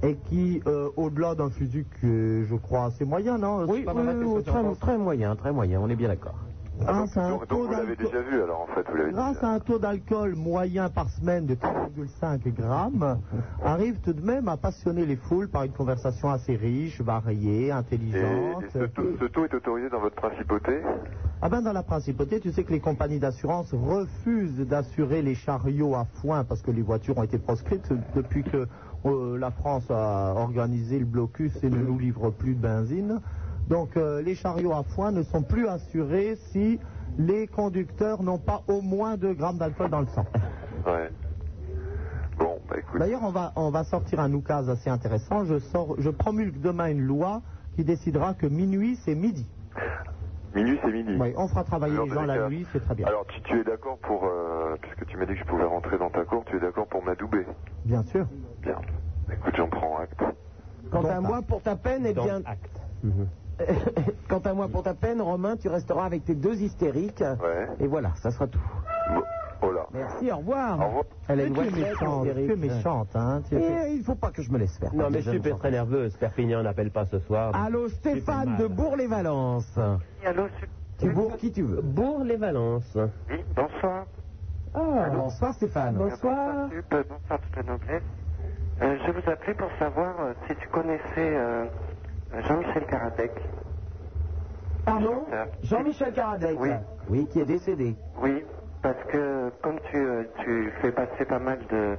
et qui, euh, au-delà d'un physique, euh, je crois, assez moyen, non C'est
Oui,
pas
oui,
normal,
oui,
qu'est-ce que
oui,
tu en
très,
penses
très moyen, très moyen, on est bien d'accord.
Ah, c'est un
Donc, donc vous l'avez déjà vu alors en fait, vous l'avez
Grâce à un taux d'alcool moyen par semaine de 4,5 grammes, arrive tout de même à passionner les foules par une conversation assez riche, variée,
Et,
intelligente.
et ce, taux, ce taux est autorisé dans votre principauté
Ah ben dans la principauté, tu sais que les compagnies d'assurance refusent d'assurer les chariots à foin parce que les voitures ont été proscrites depuis que euh, la France a organisé le blocus et ne nous livre plus de benzine. Donc euh, les chariots à foin ne sont plus assurés si les conducteurs n'ont pas au moins 2 grammes d'alcool dans le sang.
Ouais. Bon, bah écoute.
D'ailleurs, on va, on va sortir un oukase assez intéressant. Je, sors, je promulgue demain une loi qui décidera que minuit, c'est midi.
Minuit, c'est midi.
Oui, on fera travailler les gens la nuit, c'est très bien.
Alors, tu, tu es d'accord pour. euh, puisque tu m'as dit que je pouvais rentrer dans ta cour, tu es d'accord pour m'adouber
Bien sûr.
Bien. Écoute, j'en prends acte.
Quant
hein.
à moi, pour ta peine, eh bien. Quant à moi, pour ta peine, Romain, tu resteras avec tes deux hystériques. Et voilà, ça sera tout.
Voilà.
Merci, au revoir.
Elle a
Mais
une
tu
voix
es
méchante,
hystérique.
que méchante, hein. tu-
Et il faut pas que je me laisse faire.
Non, mais
Déjà,
Sup est très nerveuse. Perpignan n'appelle pas ce soir.
Ah.
Allô, Stéphane de Bourg-les-Valences.
Allô,
Tu bourres qui tu veux
Bourg-les-Valences.
Oui, bonsoir.
Ah, bonsoir Stéphane.
Bonsoir. Sup, Bonsoir toute la noblesse. Euh, je vous appelais pour savoir euh, si tu connaissais euh, Jean-Michel Karadec.
Pardon Jean-Michel Karadec.
Oui.
Oui, qui est décédé.
Oui, parce que comme tu, euh, tu fais passer pas mal de,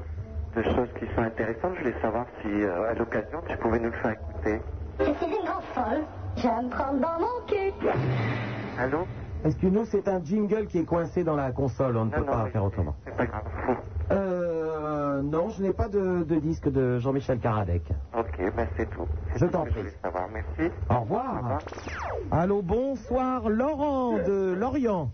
de choses qui sont intéressantes, je voulais savoir si euh, à l'occasion tu pouvais nous le faire écouter.
Je suis une grande folle. Je vais me prendre dans mon cul.
Allô
Est-ce que nous, c'est un jingle qui est coincé dans la console On ne peut pas faire autrement.
C'est pas grave.
Euh, non, je n'ai pas de, de disque de Jean-Michel Karadec.
Ok, ben c'est tout.
Je t'en prie.
Savoir, merci.
Au revoir. Allô, bonsoir Laurent de Lorient.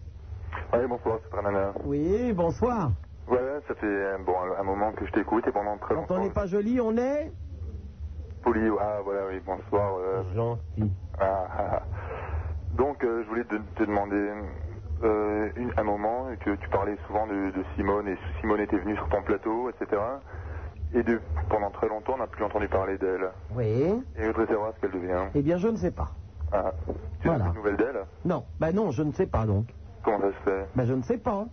Allez, bonsoir, Super Nana.
Oui, bonsoir.
Ouais, ça fait euh, bon, un, un moment que je t'écoute et pendant très
Quand on
longtemps.
n'est pas joli, on est
Poli, ah voilà, oui, bonsoir. euh,
Gentil.
Ah, ah, ah. Donc, euh, je voulais te, te demander euh, une- un moment, que tu parlais souvent de, de Simone, et Simone était venue sur ton plateau, etc. Et de, pendant très longtemps, on n'a plus entendu parler d'elle.
Oui.
Et je voudrais savoir ce qu'elle devient.
Eh bien, je ne sais pas.
Ah, tu as des nouvelles d'elle
Non, ben non, je ne sais pas donc.
Comment ça se fait
Ben je ne sais pas.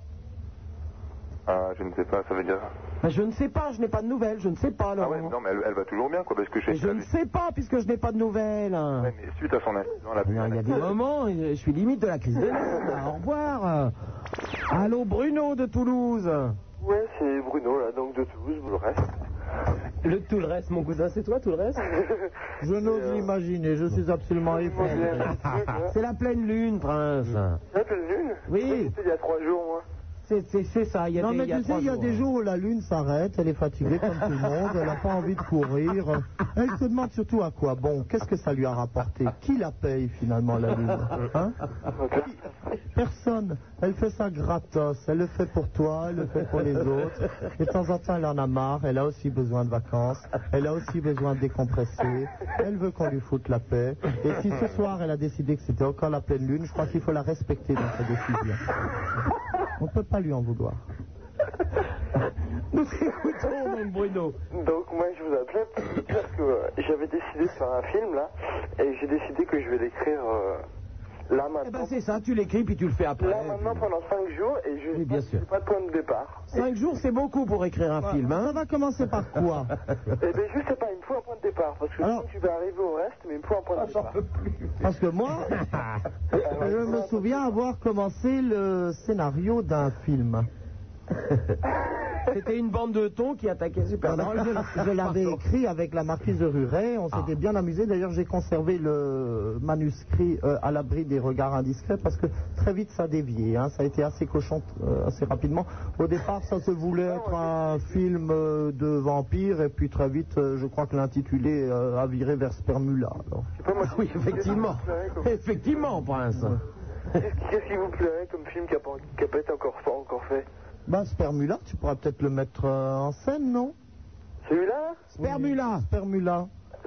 Ah, je ne sais pas, ça veut dire...
Ben je ne sais pas, je n'ai pas de nouvelles, je ne sais pas
Ah
Laurent.
ouais, non, mais elle, elle va toujours bien, quoi, parce que je
Mais Oh.
sais
je
qu'elle
ne sais pas puisque je n'ai pas de nouvelles.
a- mais suite à son accident, la
Il y a des moments, je suis limite de la crise de nerfs. Au revoir. Allô Bruno de Toulouse.
Ouais, c'est Bruno, là, donc de Toulouse, vous le reste.
Le tout le reste, mon cousin, c'est toi tout le reste
Je n'ose l'imaginer, je suis absolument effrayé.
C'est la pleine lune, prince.
La pleine lune
Oui.
C'était il y a trois jours, moi.
C'est c'est- c'est ça, il y a
non,
des
mais
il y a
tu sais,
trois
il y a
jours.
des jours où la lune s'arrête, elle est fatiguée comme tout le monde, elle n'a pas envie de courir. Elle se demande surtout à quoi bon, qu'est-ce que ça lui a rapporté Qui la paye finalement la lune Hein Personne. Elle fait ça gratos, elle le fait pour toi, elle le fait pour les autres. Et de temps en temps, elle en a marre, elle a aussi besoin de vacances, elle a aussi besoin de décompresser, elle veut qu'on lui foute la paix. Et si ce soir, elle a décidé que c'était encore la pleine lune, je crois qu'il faut la respecter dans sa décision. On ne peut pas lui en vouloir.
Nous t'écoutons, donc Bruno.
Donc, moi, je vous appelais pour vous dire que euh, j'avais décidé de faire un film, là, et j'ai décidé que je vais l'écrire euh, là,
Eh
maintenant.
ben c'est ça, tu l'écris puis tu le fais après.
Là, maintenant, pendant cinq jours, et je
Oui, bien sûr.
j'ai pas de point de départ.
Cinq jours, c'est beaucoup pour écrire un film. Hein.
On va commencer par quoi
Eh bien, je sais pas, il me faut un point de départ, parce que sinon, tu vas arriver au reste, mais il me faut un point de départ. Ah,
Parce que moi, je me souviens avoir commencé le scénario d'un film.
C'était une bande de thons qui attaquait Super Drôle.
Je, je l'avais écrit avec la marquise de Ruret, on s'était
Ah.
bien amusé. D'ailleurs, j'ai conservé le manuscrit euh, à l'abri des regards indiscrets parce que très vite ça déviait. hein. Ça a été assez cochon euh, assez rapidement. Au départ, ça se voulait être un film euh, de vampire et puis très vite, euh, je crois que l'intitulé euh, a viré vers Spermula. alors.
Ah oui, effectivement. Effectivement, prince.
Qu'est-ce qui vous plairait comme film qui a pas, qui a pas été encore, pas encore fait
Ben, Spermula, tu pourras peut-être le mettre euh, en scène, non
Celui-là
Spermula.
Spermula.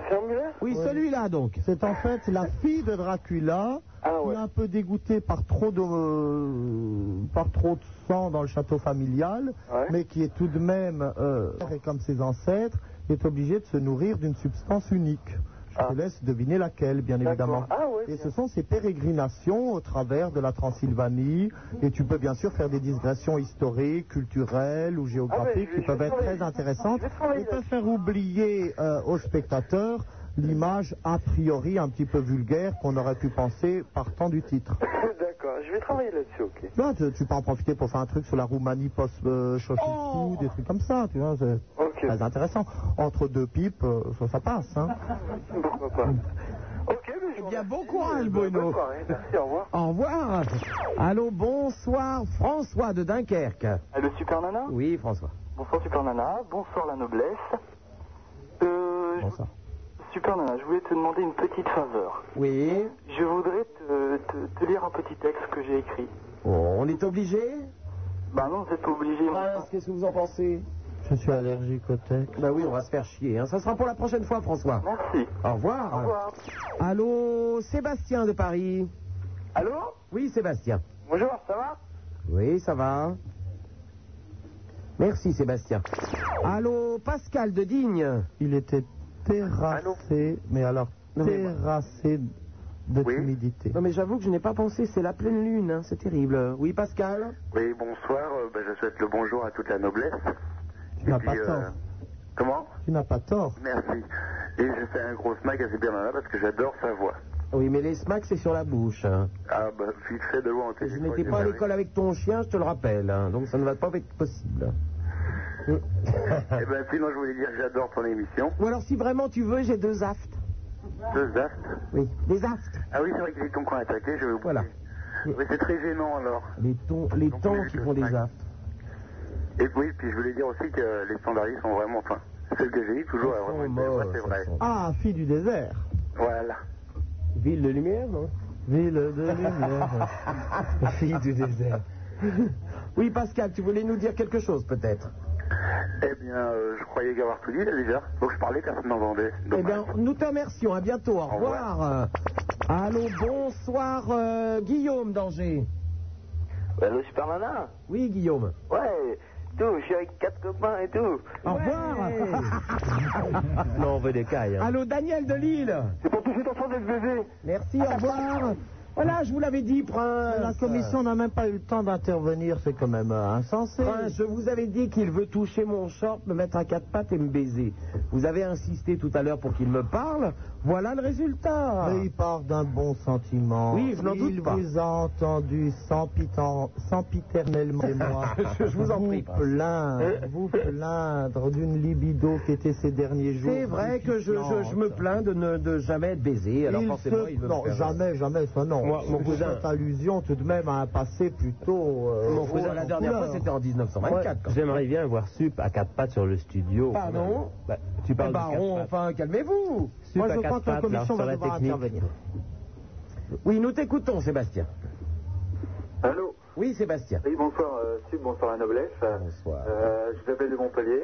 Fermula
Oui, celui-là donc.
C'est en fait la fille de Dracula
ouais.
Ah
Il est un peu dégoûté par trop de, euh, par trop de sang dans le château familial, mais qui est tout de même, euh, et comme ses ancêtres, est obligé de se nourrir d'une substance unique. Je te laisse deviner laquelle, bien évidemment. et ce sont ces pérégrinations au travers de la Transylvanie. Et tu peux bien sûr faire des digressions historiques, culturelles ou
Ah,
géographiques qui peuvent être très intéressantes et peuvent faire oublier euh, aux spectateurs l'image a priori un petit peu vulgaire qu'on aurait pu penser partant du titre.
D'accord, je vais travailler là-dessus, ok.
Non, tu, tu peux en profiter pour faire un truc sur la Roumanie post euh, Ceausescu,
Oh.
des trucs comme ça, tu vois, c'est très intéressant. Entre deux pipes, euh, ça, ça passe, hein.
Pourquoi pas
ben,
Eh bien, bon courage, Bruno.
Merci, au revoir.
Au revoir. Allô, bonsoir, François de Dunkerque.
Allô, Eh, Super Nana
Oui, François.
Bonsoir Super Nana, bonsoir la noblesse. Euh, je- Super Nana, je voulais te demander une petite faveur.
Oui.
Je voudrais te, te- te lire un petit texte que j'ai écrit.
Oh, on est obligé
Bah non, vous êtes pas obligé.
Qu'est-ce que vous en pensez
Je suis allergique au thé.
Bah oui, on va se faire chier. hein. Ça sera pour la prochaine fois, François.
Merci.
Au revoir.
Au revoir.
Allô, Sébastien de Paris.
Allô
Oui, Sébastien.
Bonjour, ça va
Oui, ça va. Merci, Sébastien. Allô, Pascal de Digne.
Il était terrassé, mais alors terrassé de timidité.
Non, mais j'avoue que je n'ai pas pensé. C'est la pleine lune, hein, c'est terrible. Oui, Pascal
Oui, bonsoir. euh, ben, je souhaite le bonjour à toute la noblesse.
Tu n'as
Et
pas
puis, euh,
tort.
Comment
Tu n'as pas tort.
Merci. Et je fais un gros smack à Supernana parce que j'adore sa voix.
Oui, mais les smacks, c'est sur la bouche. hein.
Ah, bah, vite fait de loin.
Je n'étais pas à l'école avec ton chien, je te le rappelle. hein, donc ça ne va pas être possible.
Eh ben, sinon, je voulais dire que j'adore ton émission.
Ou alors, si vraiment tu veux, j'ai deux aftes.
Deux aftes.
Oui, des aftes.
Ah oui, c'est vrai que les tons qu'on a attaqué, je Voilà. Mais c'est très gênant, alors.
Les tons, les tons qui font des aftes.
Et oui, puis je voulais dire aussi que les standardistes sont vraiment, enfin, celle que j'ai eu toujours, elle a vraiment, été- ouais, c'est vrai.
Ah, fille du désert.
Voilà.
Ville de lumière, non
Ville de lumière.
Fille du désert. Oui, Pascal, tu voulais nous dire quelque chose, peut-être
Eh bien, euh, je croyais avoir tout dit, là, déjà. Donc je parlais, personne n'entendait.
Eh bien, nous te remercions. À bientôt. Au revoir. Allô, bonsoir, euh, Guillaume d'Angers.
Bah,
Allô, Super Nana
Oui, Guillaume.
Ouais, tout, je suis avec quatre copains et tout.
Au revoir.
Non, on veut des cailles. hein.
Allô, Daniel de Lille. C'est pour toucher ton d'être bébé. Merci, au revoir. Voilà, je vous l'avais dit, Prince.
La commission n'a même pas eu le temps d'intervenir, c'est quand même euh, insensé.
Prince, je vous avais dit qu'il veut toucher mon short, me mettre à quatre pattes et me baiser. Vous avez insisté tout à l'heure pour qu'il me parle. Voilà le résultat.
Mais il part d'un bon sentiment.
Oui, je n'en doute
il
pas.
vous a entendu sempitern- sempiternellement et moi.
Je- je vous en prie, Euh. Prince.
plaindre, vous plaindre d'une libido qui était ces derniers jours.
C'est vrai que je, je- je me plains de ne de jamais être baisé. Alors
Il
forcément,
se-
il veut me
non,
faire- euh,
jamais, jamais, ça non.
Moi, mon
Je
cousin-
fais allusion tout de même à un passé plutôt. euh,
Mon cousin,
haut
la
en
dernière
couleur.
fois, c'était en 1924.
Ouais,
quand même.
J'aimerais bien voir Sup à quatre pattes sur le studio.
Pardon
Bah, Tu parles
Eh ben,
de quatre
on-
pattes.
enfin, calmez-vous.
Sup à quatre pattes, là, sur la technique.
Oui, nous t'écoutons, Sébastien.
Allô
Oui, Sébastien.
Oui, bonsoir, euh, Sub, bonsoir la noblesse. Bonsoir. je vous appelle de Montpellier.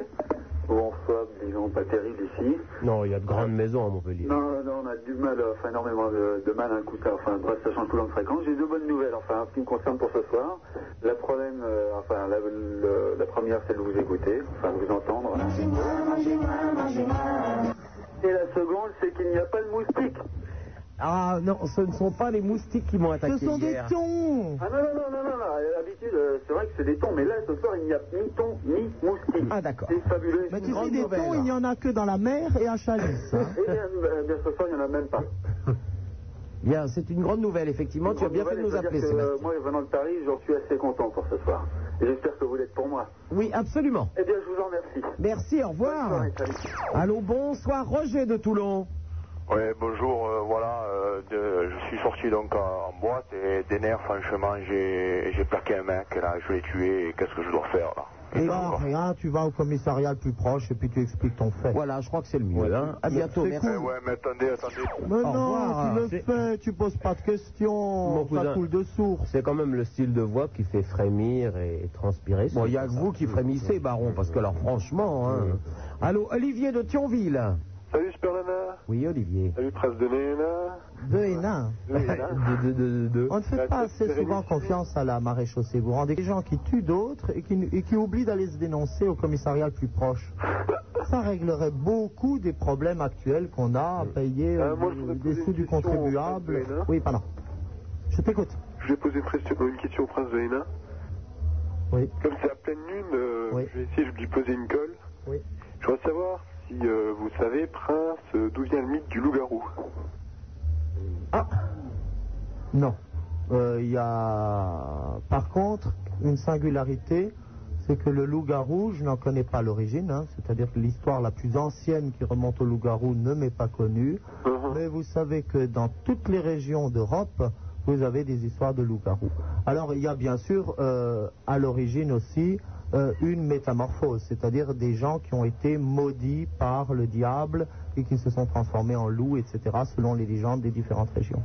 Bon, soit, disons, pas terrible ici.
Non, il y a de grandes maisons à Montpellier.
Non, non, on a du mal, euh, enfin énormément de, de mal à un coup ça, enfin bref, ça change tout le temps de fréquence. J'ai deux bonnes nouvelles, enfin, en ce qui me concerne pour ce soir. La problème, euh, enfin, la, le- la première, c'est de vous écouter, enfin, de vous entendre. Et la seconde, c'est qu'il n'y a pas de moustique.
Ah non, ce ne sont pas les moustiques qui m'ont attaqué. hier.
tons
Ah non, non, non, non, non, non, à l'habitude, euh, c'est vrai que c'est des tons, mais là, ce soir, il n'y a ni tons, ni moustiques.
Ah d'accord.
C'est fabuleux. c'est
Mais Bah,
une
tu sais,
grande
des
nouvelle.
tons, il n'y en a que dans la mer et à Chalisse. hein.
Eh bien, euh, bien, ce soir, il n'y en a même pas.
Bien, c'est une grande nouvelle, effectivement. tu as bien fait de nous
Nouvelle,
appeler,
je veux dire que, euh,
Sébastien.
Moi, venant de Paris, j'en suis assez content pour ce soir. Et j'espère que vous l'êtes pour moi.
euh,
Oui, absolument.
Eh bien, je vous en remercie.
Merci, au revoir.
Bonne soirée, salut.
Allô, bonsoir, Roger de Toulon.
Ouais, bonjour, euh, voilà, euh, de- je suis sorti donc en, en boîte et des nerfs, franchement, j'ai j'ai plaqué un mec, là, je l'ai tué, et qu'est-ce que je dois faire, là
Et bah, rien, tu vas au commissariat le plus proche et puis tu expliques ton fait.
Voilà, je crois que c'est le mieux. hein. À
Mais
bientôt,
c'est
merci.
cool.
Eh Ouais, mais attendez, attendez.
Mais
Au
non,
revoir.
tu le fais, tu poses pas de questions,
Mon
ça
cousin.
coule de source.
C'est quand même le style de voix qui fait frémir et transpirer.
Bon, il n'y a que vous qui frémissez, Baron, parce que alors, franchement... hein. Allô, Olivier de Thionville.
Salut Super Nana.
Oui, Olivier.
Salut Prince de Lune.
Deux et nains.
De- de- de- de-
On ne fait pas assez souvent confiance à la maréchaussée. Vous rendez des gens qui tuent d'autres et qui, et qui oublient d'aller se dénoncer au commissariat le plus proche. Ça réglerait beaucoup des problèmes actuels qu'on a à payer euh, des sous du contribuable. Oui, pardon. Je t'écoute.
Je vais poser une question, une question au prince de Hénin.
Oui.
Comme c'est à pleine lune, euh, je vais essayer de lui poser une colle.
Oui.
Je voudrais savoir si euh, vous savez, prince, euh, d'où vient le mythe du loup-garou.
Non. Euh, Il y a, par contre, une singularité, c'est que le loup-garou, je n'en connais pas l'origine, hein, c'est-à-dire que l'histoire la plus ancienne qui remonte au loup-garou ne m'est pas connue. Mais vous savez que dans toutes les régions d'Europe, vous avez des histoires de loup-garou. Alors, il y a bien sûr, euh, à l'origine aussi, euh, une métamorphose, c'est-à-dire des gens qui ont été maudits par le diable et qui se sont transformés en loups, etc., selon les légendes des différentes régions.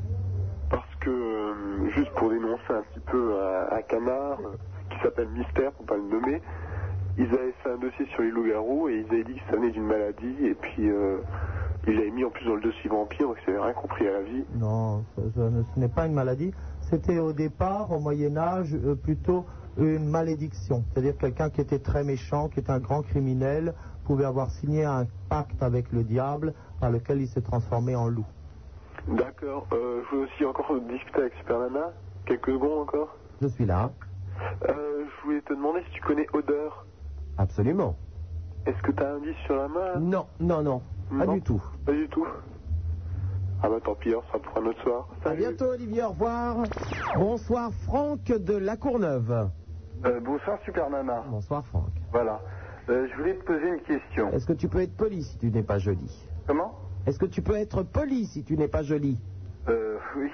Parce que, euh, juste pour dénoncer un petit peu un, un canard euh, qui s'appelle Mystère, pour pas le nommer, ils avaient fait un dossier sur les loups-garous et ils avaient dit que ça venait d'une maladie et puis euh, ils l'avaient mis en plus dans le dossier vampire, donc ils n'avaient rien compris à la vie.
Non, ce, ce ne- ce n'est pas une maladie. C'était au départ, au Moyen Âge, euh, plutôt une malédiction. C'est-à-dire quelqu'un qui était très méchant, qui était un grand criminel, pouvait avoir signé un pacte avec le diable par lequel il s'est transformé en loup.
D'accord, euh, je veux aussi encore discuter avec Super Nana, quelques secondes encore.
Je suis là.
Euh, je voulais te demander si tu connais Odeur.
Absolument.
Est-ce que t'as un indice sur la main
Non, non, non. Pas
Non.
du tout.
Pas du tout. Ah bah tant pis, alors, ça sera pour un autre soir.
À bientôt, Olivier. Au revoir. Bonsoir, Franck de La Courneuve.
Euh, bonsoir Super Nana.
Bonsoir, Franck.
Voilà. Euh, je voulais te poser une question.
Est-ce que tu peux être poli si tu n'es pas joli
Comment
Est-ce que tu peux être poli si tu n'es pas joli
Euh, oui.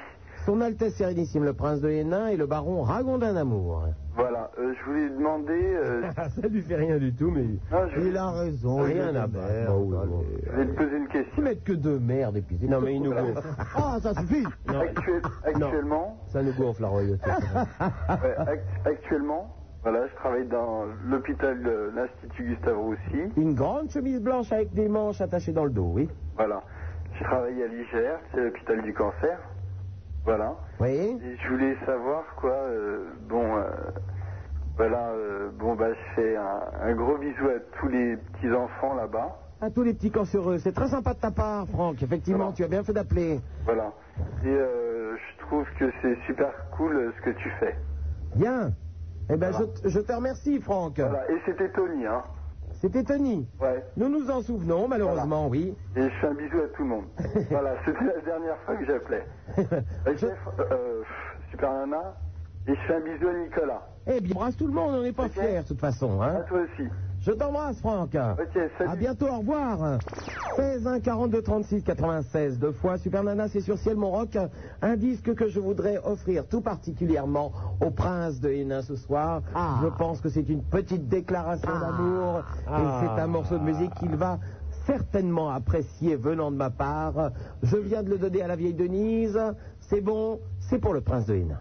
Son Altesse Sérénissime, le Prince de Hénin et le Baron Ragondin d'Amour.
Voilà. Euh, je voulais demander. euh,
Ah, Ça lui fait rien du tout, mais
Non, je-
il a raison.
il
Ah, Rien
est
à
de
battre.
je vais te poser une question.
Il mettent que deux merdes et puis c'est
Non,
tout.
mais il nous gonfle.
Ah, ça suffit
Actuel- actuellement,
Ça nous gonfle la royauté.
ouais, act- actuellement, voilà, je travaille dans l'hôpital de l'Institut Gustave Roussy.
Une grande chemise blanche avec des manches attachées dans le dos, oui.
Voilà. Je travaille à l'IGR, c'est l'hôpital du cancer. Voilà.
Oui.
Et je voulais savoir quoi. euh, bon, euh, voilà. euh, bon, bah, je fais un, un gros bisou à tous les petits enfants là-bas.
À tous les petits cancéreux, c'est très sympa de ta part, Franck. Effectivement, tu as bien fait d'appeler.
Voilà. Et euh, je trouve que c'est super cool euh, ce que tu fais.
Bien. Eh bien, je, je te remercie, Franck.
Voilà. Et c'était Tony, hein.
C'était Tony.
Ouais.
Nous nous en souvenons, malheureusement, oui.
Et je fais un bisou à tout le monde. voilà. C'était la dernière fois que j'appelais. Ok, euh, super Nana. Et je fais un bisou à Nicolas.
Eh bien, embrasse tout le monde, on n'est pas fiers, de toute façon. Hein.
À toi aussi.
Je t'embrasse, Franck.
Ok, salut.
À bientôt, au revoir. 16 1 42 36 96 deux fois Super Nana, c'est sur Ciel Mon Rock. Un disque que je voudrais offrir tout particulièrement au prince de Hénin ce soir. Je pense que c'est une petite déclaration d'amour et c'est un morceau de musique qu'il va certainement apprécier venant de ma part. Je viens de le donner à la vieille Denise. C'est bon, c'est pour le prince de Hénin.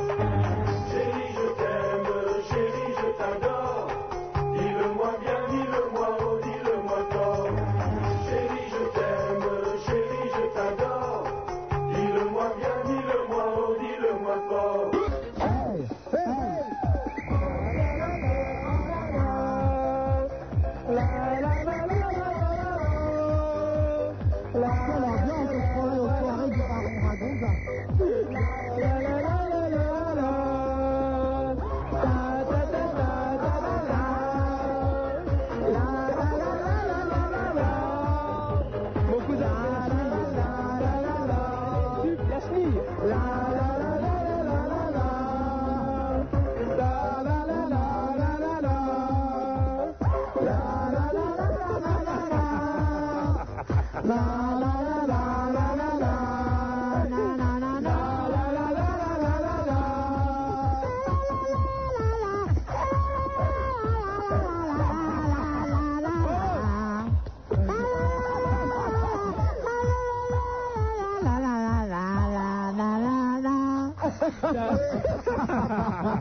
Chérie, je t'aime, chérie, je t'adore. Dis-le-moi bien, dis-le-moi, oh, dis-le-moi tort. Chérie, je t'aime, chérie, je t'adore. Dis-le-moi bien, dis-le-moi, oh, dis-le-moi fort.
Ah.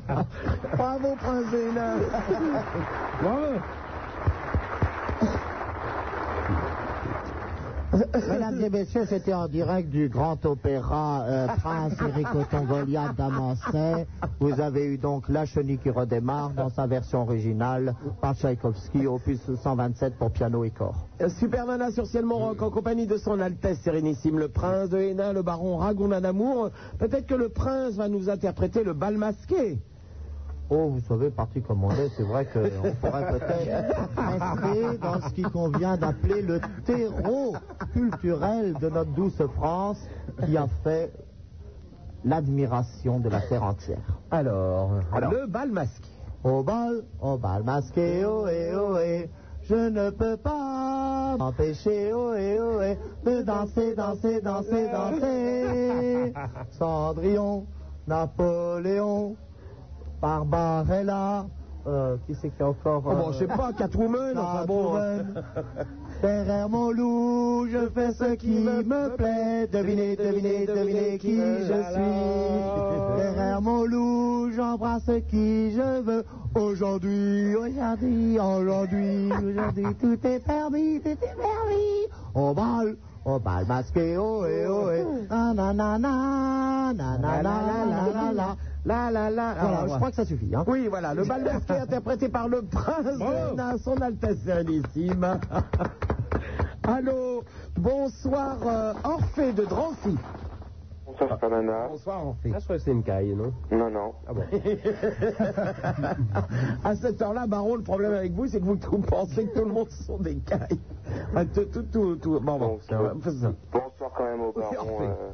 Bravo, prince Hénin.
Mesdames et messieurs, c'était en direct du grand opéra euh, Prince Enrico Tongoliat d'Amancet. Vous avez eu donc La chenille qui redémarre dans sa version originale par Tchaïkovski, opus 127 pour piano et corps.
Super Nana sur Ciel Rock en compagnie de son Altesse Sérénissime, le prince de Hénin, le baron Ragondin d'amour. Peut-être que le prince va nous interpréter le bal masqué.
Oh, vous savez, parti commandé, c'est vrai qu'on pourrait peut-être rester dans ce qui convient d'appeler le terreau culturel de notre douce France qui a fait l'admiration de la terre entière.
Alors, le bal masqué.
Au bal, au bal oh, masqué, ohé, ohé, eh. je ne peux pas m'empêcher, oh, ohé, ohé, eh, de danser, danser, danser, danser. Cendrillon, Napoléon, Barbarella. Euh, qui c'est qui a encore. euh,
Oh, bon, je sais pas, Catwoman, enfin bon.
Catwoman. Derrière mon loup, je fais ce qui me plaît. Devinez, devinez, devinez qui je suis. Derrière mon loup, j'embrasse qui je veux. Aujourd'hui, aujourd'hui, aujourd'hui, aujourd'hui, tout est permis, tout est permis. Au bal, au bal masqué, ohé, ohé. Na na na na, na na na na na na.
Là, là, là.
Voilà, je crois que ça suffit. Hein.
Oui, voilà, le bal masqué interprété par le prince de Hénin, son Altesse Sérénissime. Allô, bonsoir euh, Orphée de Drancy.
Bonsoir, Fernanda.
Bonsoir Orphée.
Ah, je crois que c'est une caille, non
Non, non.
Ah bon
à cette heure-là, Baron, le problème avec vous, c'est que vous tout pensez que tout le monde sont des cailles. Ah, tout, tout, tout, tout. Bon, bon, ça va, fais ça.
Bonsoir quand même au baron.
Orphée.
euh,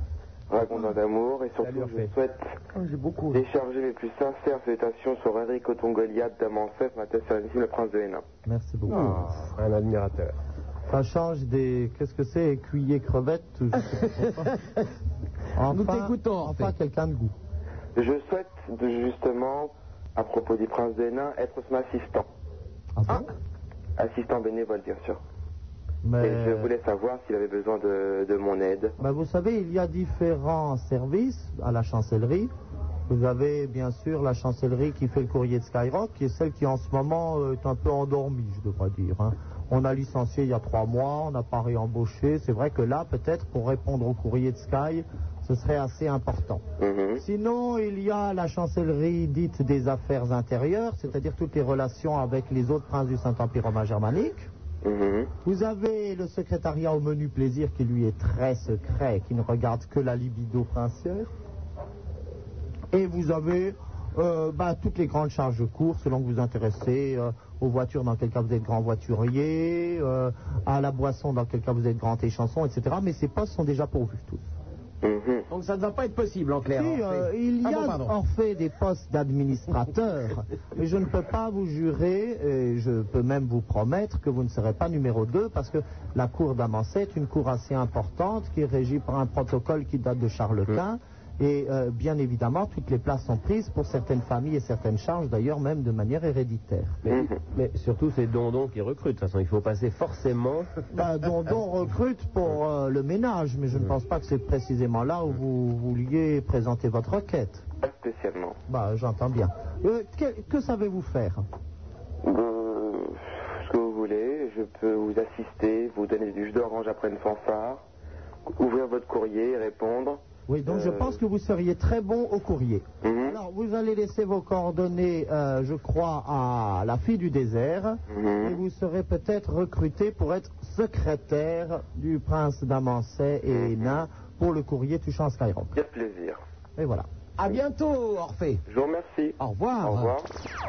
Ragondin d'amour et surtout je vous souhaite
Oh,
décharger mes plus sincères salutations sur Henri Coton Goliath d'Amancef, ma tête sérénissime, le prince de Hénin.
Merci beaucoup.
Un admirateur.
Ça change des. Qu'est-ce que c'est Écuyer crevette ou je sais pas.
Nous
Enfin,
t'écoutons,
enfin quelqu'un de goût.
Je souhaite de- justement, à propos du prince de Hénin, être son assistant. Ah. Assistant bénévole, bien sûr.
Mais-
Et je voulais savoir s'il avait besoin de, de mon aide.
Ben, vous savez, il y a différents services à la chancellerie. Vous avez bien sûr la chancellerie qui fait le courrier de Skyrock, qui est celle qui en ce moment euh, est un peu endormie, je devrais dire. hein. On a licencié il y a trois mois, on n'a pas réembauché. C'est vrai que là, peut-être, pour répondre au courrier de Sky, ce serait assez important. Sinon, il y a la chancellerie dite des affaires intérieures, c'est-à-dire toutes les relations avec les autres princes du Saint-Empire romain germanique. Vous avez le secrétariat au menu plaisir qui lui est très secret, qui ne regarde que la libido princière. Et vous avez euh, bah, toutes les grandes charges de cours, selon que vous vous intéressez euh, aux voitures, dans quel cas vous êtes grand voiturier, euh, à la boisson, dans quel cas vous êtes grand échanson, etc. Mais ces postes sont déjà pourvus tous.
Donc ça ne va pas être possible en clair.
Si,
Orphée.
euh, il y
Ah
a
bon, pardon.
en fait des postes d'administrateur, mais je ne peux pas vous jurer, et je peux même vous promettre que vous ne serez pas numéro 2, parce que la cour d'Amancé est une cour assez importante qui est régie par un protocole qui date de Charles Quint. Et euh, bien évidemment, toutes les places sont prises pour certaines familles et certaines charges, d'ailleurs même de manière héréditaire.
Mais, mais surtout, c'est Dondon qui recrute. De toute façon, il faut passer forcément.
Ben, Dondon recrute pour euh, le ménage, mais je ne pense pas que c'est précisément là où vous vouliez présenter votre requête.
Pas spécialement.
Bah, j'entends bien. Euh, que que savez-vous faire
Euh, ce que vous voulez, je peux vous assister, vous donner du jus d'orange après une fanfare, ouvrir votre courrier, répondre.
Oui, donc je
Euh,
pense que vous seriez très bon au courrier.
Mhm.
Alors, vous allez laisser vos coordonnées, euh, je crois, à la fille du désert,
Mhm.
et vous serez peut-être recruté pour être secrétaire du prince d'Amancet et Hénin pour le courrier touchant à Skyrock.
Mhm. Quel plaisir.
Et voilà.
À bientôt, Orphée.
Je vous remercie.
Au revoir.
Au revoir.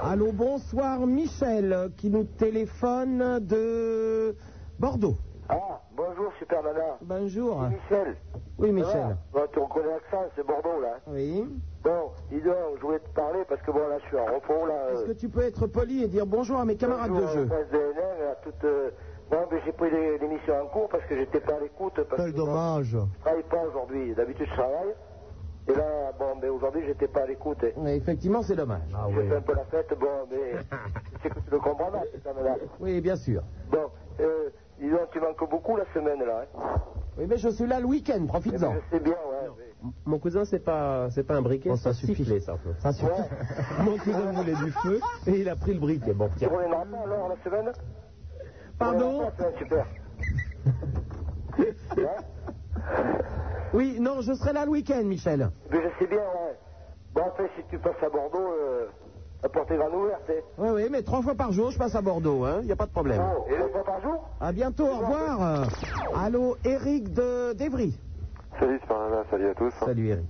Allô, bonsoir, Michel, euh, qui nous téléphone de Bordeaux.
Ah, bonjour, super
Ah.
nana.
Bonjour.
Michel.
Oui,
Ça
Michel.
va Bon, tu reconnais l'accent, c'est Bordeaux, là.
Oui.
Bon, dis donc, je voulais te parler parce que bon, là, je suis en repos, là. euh,
Est-ce que tu peux être poli et dire bonjour à mes camarades de jeu
à toute, euh, Non, mais j'ai pris les- l'émission en cours parce que j'étais pas à l'écoute. Parce
Quel
que,
dommage.
bon, je travaille pas aujourd'hui. D'habitude, je travaille. Et là, bon, mais aujourd'hui, j'étais pas à l'écoute.
Mais effectivement, c'est dommage.
Ah.
J'ai fait un peu la fête, bon, mais je sais que tu le comprends pas, c'est ça, mais là.
Oui, bien sûr.
Bon, euh, dis donc, tu manques beaucoup la semaine, là. hein.
Oui, mais je suis là le week-end,
Eh ben,
profites-en.
Je sais bien, ouais. mais-
Mon cousin, c'est pas, c'est pas un briquet,
Bon,
c'est
ça
un
suffit.
sifflet, ça.
Ça suffit.
Mon cousin voulait du feu et il a pris le briquet. Bon, tiens.
Pour les enfants, alors, la semaine
Pardon
Super.
Oui, non, je serai là le week-end, Michel.
Mais je sais bien, ouais. Bon, après, si tu passes à Bordeaux, euh, la porte est grande ouverte, eh.
Oui, oui, mais trois fois par jour, je passe à Bordeaux, hein. Il n'y a pas de problème.
Ah.
Oh, et deux fois par jour
À bientôt, au revoir. Allô, Eric de Dévry.
Salut Superman, salut à tous.
Salut Eric.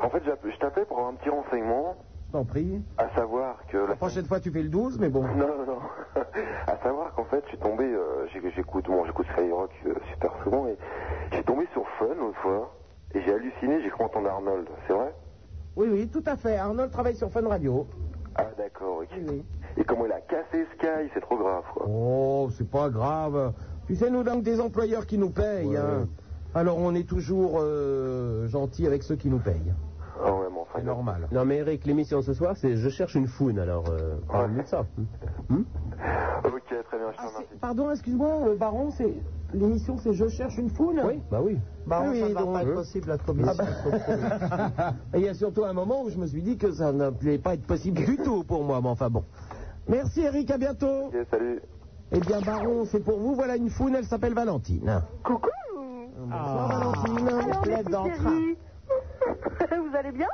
En fait, j'app- je t'appelais pour un petit renseignement,
T'en prie.
à savoir que la
La prochaine fois, tu fais le 12, mais bon.
Non, non, non. à savoir qu'en fait, je suis tombé, euh, j'ai- j'écoute, bon, j'écoute Skyrock euh, super souvent, et j'ai tombé sur Fun l'autre fois, et j'ai halluciné, j'ai cru entendre Arnold, c'est vrai
Oui, oui, tout à fait. Arnold travaille sur Fun Radio.
Ah, d'accord, ok. Et comment il a cassé Sky, c'est trop grave, quoi.
Oh, c'est pas grave. Tu sais, nous, donc, des employeurs qui nous payent. hein. Alors, on est toujours euh, gentil avec ceux qui nous payent.
Ah ouais, mais enfin,
C'est normal.
Non, mais Eric, l'émission ce soir, c'est Je cherche une foune, alors. Euh, parle de ça.
Ah,
Ok, très bien, je te remercie.
Pardon, excuse-moi, euh, Baron, c'est l'émission, c'est Je cherche une foule Oui,
bah oui. Euh.
Bah oui,
ça ne va
donc-
pas être possible, la commission.
Et il y a surtout un moment où je me suis dit que ça ne pouvait pas être possible du tout pour moi, mais enfin bon. Merci Eric, à bientôt.
salut.
Eh bien, Baron, c'est pour vous, voilà une foule, elle s'appelle Valentine.
Coucou
Bonsoir Valentine,
Alors, mes
Lève
petits
dans le train.
chéris. Vous allez bien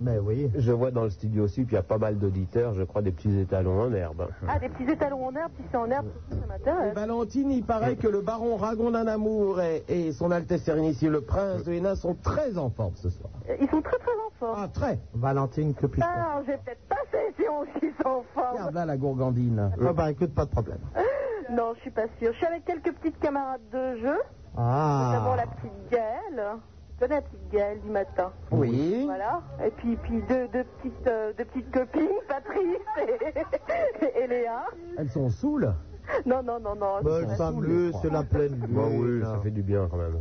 Mais oui. Je vois dans le studio aussi, puis il y a pas mal d'auditeurs, je crois, des petits étalons en herbe.
Ah, des petits étalons en herbe, si c'est en herbe, ce matin. hein.
Et Valentine, il paraît que le baron Ragondin d'Amour et, et son Altesse Sérénissime, le prince de Hénin, sont très en forme ce soir.
Euh, Ils sont très très en forme.
Ah, très Valentine, que puisse
Alors, j'ai peut-être pas cette séance qui sont en forme.
Regarde là la gourgandine.
Ah bah écoute, pas de problème.
Non, je suis pas sûre. Je suis avec quelques petites camarades de jeu, notamment
Ah,
la petite Gaëlle. Tu connais la petite Gaëlle du matin
bah, Oui.
Voilà. Et puis, puis deux, deux petites, euh, deux petites copines, Patrice et, et Léa.
Elles sont saoules
Non, non, non, non.
Bah, elles s'amusent, c'est la pleine
Ah,
lune.
Bah
Ah.
oui, ça fait du bien quand même.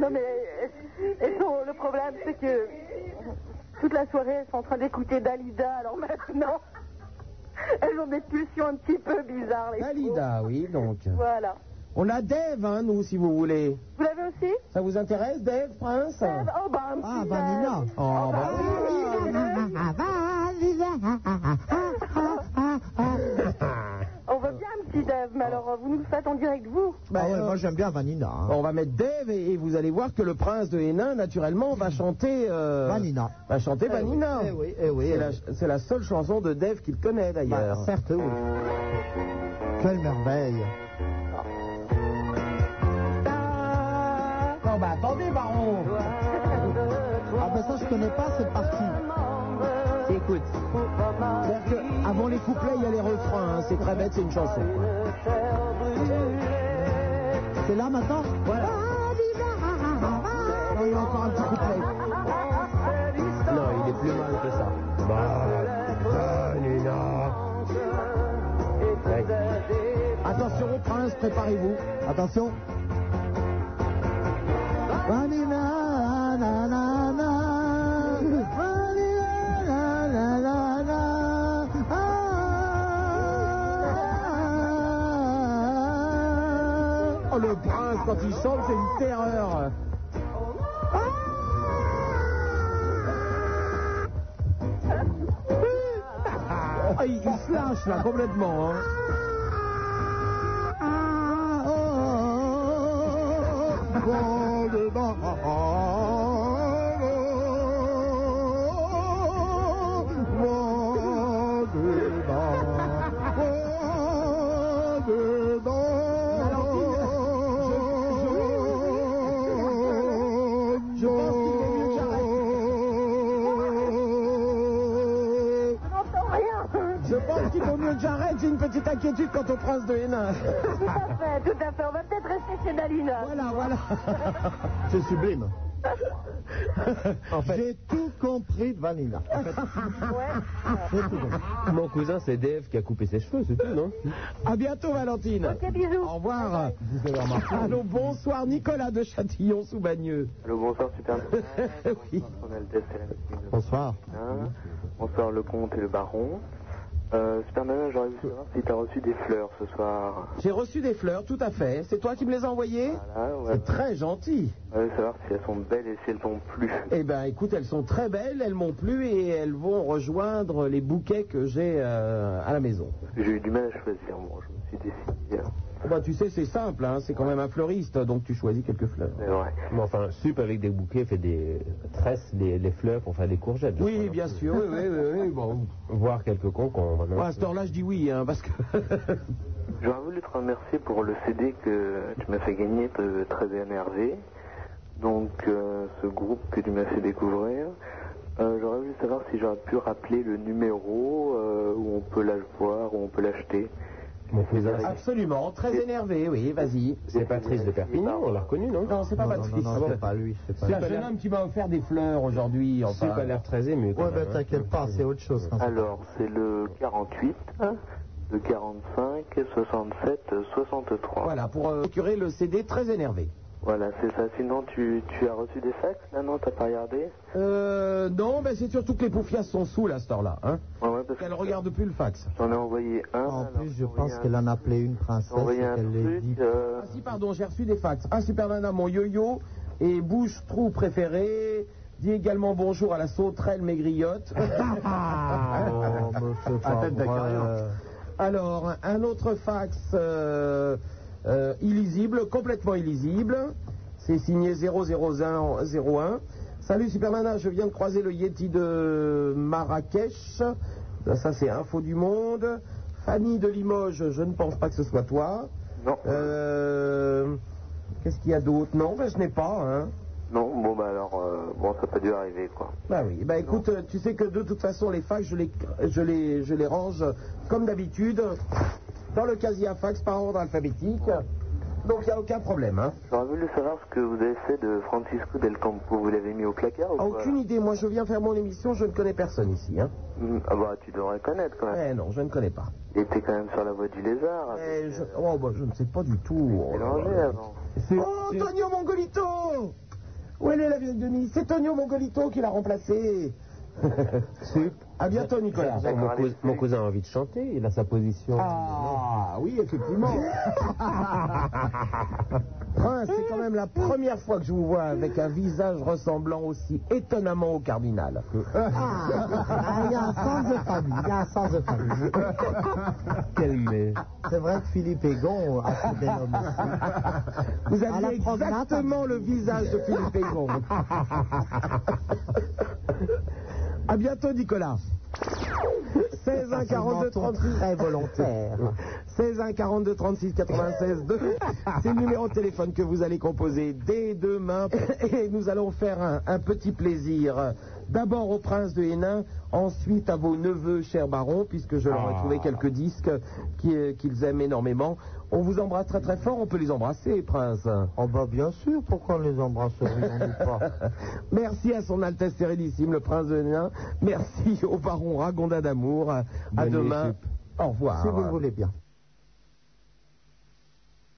Non mais elles- elles sont- le problème c'est que toute la soirée elles sont en train d'écouter Dalida alors maintenant elles ont des pulsions un petit peu bizarres les
Dalida, oui, donc.
pauvres. Voilà.
On a Dave, hein, nous, si vous voulez.
Vous l'avez aussi
Ça vous intéresse, Dave, Prince Ah,
Dave, Oh bah un petit Dave.
Oh, bah
On veut bien un petit Dave mais alors euh, vous nous le faites en direct vous
Ah ouais, moi j'aime bien Vanina. hein.
On va mettre Dave et, et vous allez voir que le prince de Hénin, naturellement, va chanter. euh,
Vanina.
Va chanter
Eh oui,
Vanina.
eh oui, eh oui,
C'est
eh
la-
oui.
c'est la, seule chanson de Dave qu'il connaît d'ailleurs.
Bah, certes, oui. Quelle merveille.
Non, bah attendez, Baron
Ah bah ça je connais pas cette partie.
Écoute, c'est-à-dire que euh, avant les couplets, il y a les refrains. hein. C'est très bête, c'est une chanson.
C'est là maintenant
Voilà. Non, il y a encore un petit couplet.
Non, il est plus mal que ça.
Attention, prince, préparez-vous.
Attention. Vanina, na, na, na. Vanina, na, na, na, na. Ah, ah,
Oh, le prince, quand il chante, c'est une terreur. Ah, il, il se lâche là complètement. hein.
ah, oh, oh, oh, bon de bord. Bon de bord. Bon de bord.
Je pense qu'il vaut mieux que j'arrête. Je pense qu'il vaut mieux que j'arrête. J'ai une petite inquiétude quant au prince de Hénin.
Tout à fait, Bah, tout à fait. On va peut-être rester chez Dalida.
Voilà, voilà.
C'est sublime. J'ai tout compris de Vanilla. J'ai tout compris.
Mon cousin, c'est Dave qui a coupé ses cheveux, c'est tout, non
À bientôt, Valentine.
Ok, bisous.
Au revoir. Allô, bonsoir, Nicolas de Châtillon sous Bagneux.
Allô, bonsoir, super.
oui.
Son Altesse et la Miss Mignon.
Bonsoir.
Hein Bonsoir, le comte et le baron.
Euh, Superman, j'aurais voulu savoir si t'as reçu des fleurs ce soir.
J'ai reçu des fleurs, tout à fait. C'est toi qui me les as envoyées
Voilà, ouais.
C'est très gentil.
Ouais, savoir si elles sont belles et si elles t'ont plu.
Eh ben, écoute, elles sont très belles, elles m'ont plu et elles vont rejoindre les bouquets que j'ai euh, à la maison.
J'ai eu du mal à choisir, moi. Je me suis décidé. hein.
Oh Bah, tu sais, c'est simple, hein, c'est quand même un fleuriste, donc tu choisis quelques fleurs.
Mais enfin, sup avec des bouquets, fait des tresses, les, les fleurs pour faire des courgettes. je
Oui, bien sûr, oui, oui, oui, oui, bon.
crois. Voir quelques concombres. non
Bon, à cette heure-là, je dis oui, hein, parce que.
J'aurais voulu te remercier pour le CD que tu m'as fait gagner, de très énervé. Donc, euh, ce groupe que tu m'as fait découvrir. Euh, J'aurais voulu savoir si j'aurais pu rappeler le numéro euh, où on peut la voir, où on peut l'acheter.
Absolument, très énervé, oui, vas-y.
C'est Patrice de Perpignan, on l'a reconnu, non
Non, c'est pas Patrice.
non, c'est pas
lui.
pas
C'est un
lui.
jeune homme qui m'a offert des fleurs aujourd'hui. Enfin.
Sup a l'air très ému. quand
Ouais,
même,
bah,
hein.
t'inquiète pas, c'est autre chose.
Alors, c'est le 48, le 45, 67, 63.
Voilà, pour euh, procurer le CD très énervé.
Voilà, c'est ça. Sinon, tu, tu as reçu des fax là, non T'as pas regardé
Euh, non, ben c'est surtout que les poufias sont saouls à cette heure-là. Hein
Ouais, ouais, parce
Qu'elle regarde plus le fax.
J'en ai envoyé un. En
plus, je pense qu'elle en a appelé une princesse et
envoyé un
qu'elle l'ait dit.
truc. euh,
Ah si, pardon, j'ai reçu des fax. Un super nana, mon yo-yo, et bouche trou préféré. Dis également bonjour à la sauterelle maigrillotte.
Ah, oh, euh.
Alors, un autre fax euh, euh, illisible, complètement illisible. C'est signé 00101. Salut Supermana, je viens de croiser le Yeti de Marrakech. Ça, ça, c'est Info du Monde. Fanny de Limoges, je ne pense pas que ce soit toi.
Non.
Euh, Qu'est-ce qu'il y a d'autre Non, ben, je n'ai pas. Hein.
Non, bon, bah alors, euh, bon, ça n'a pas dû arriver, quoi.
Bah oui, bah écoute, euh, tu sais que de toute façon, les fax, je les, je les, je les range euh, comme d'habitude dans le casier à fax par ordre alphabétique. Donc il n'y a aucun problème. Hein.
J'aurais voulu savoir ce que vous avez fait de Francisco Del Campo. Vous l'avez mis au placard ou
Ah,
quoi
Aucune idée, moi je viens faire mon émission, je ne connais personne ici. Hein.
Hum, Ah bah, tu devrais connaître, quand même.
Eh non, je ne connais pas.
Il était quand même sur la voie du lézard.
Eh, je... Oh, bah, je ne sais pas du tout. Oh, là là.
Mélangé avant.
Oh, Tonio Mongolito Où elle est la vieille Denise C'est Tonio Mongolito qui l'a remplacé. à bientôt, Nicolas.
Mon cous- Mon cousin a envie de chanter, il a sa position.
Ah oui, effectivement. Prince, c'est quand même la première fois que je vous vois avec un visage ressemblant aussi étonnamment au cardinal.
Ah, il y a un sens de famille, il y a un sens de famille.
Quel mais.
C'est vrai que Philippe Egon a fait des noms.
Vous
À la
aviez
promenade,
exactement le visage de Philippe Aigon. à bientôt, Nicolas. 16 1 42 36
très volontaire.
16 1 42 36 96 2 C'est le numéro de téléphone que vous allez composer dès demain et nous allons faire un, un petit plaisir. D'abord au prince de Hénin, ensuite à vos neveux, chers barons, puisque je leur ai trouvé quelques disques qui, euh, qu'ils aiment énormément. On vous embrasse très très fort, on peut les embrasser, prince.
Oh bah bien sûr, pourquoi on les embrasserions-nous pas
Merci à son Altesse Sérénissime, le prince de Hénin. Merci au baron Ragondin d'amour. À
Bonne nuit,
demain.
Sup.
Au revoir.
Si vous le voulez bien.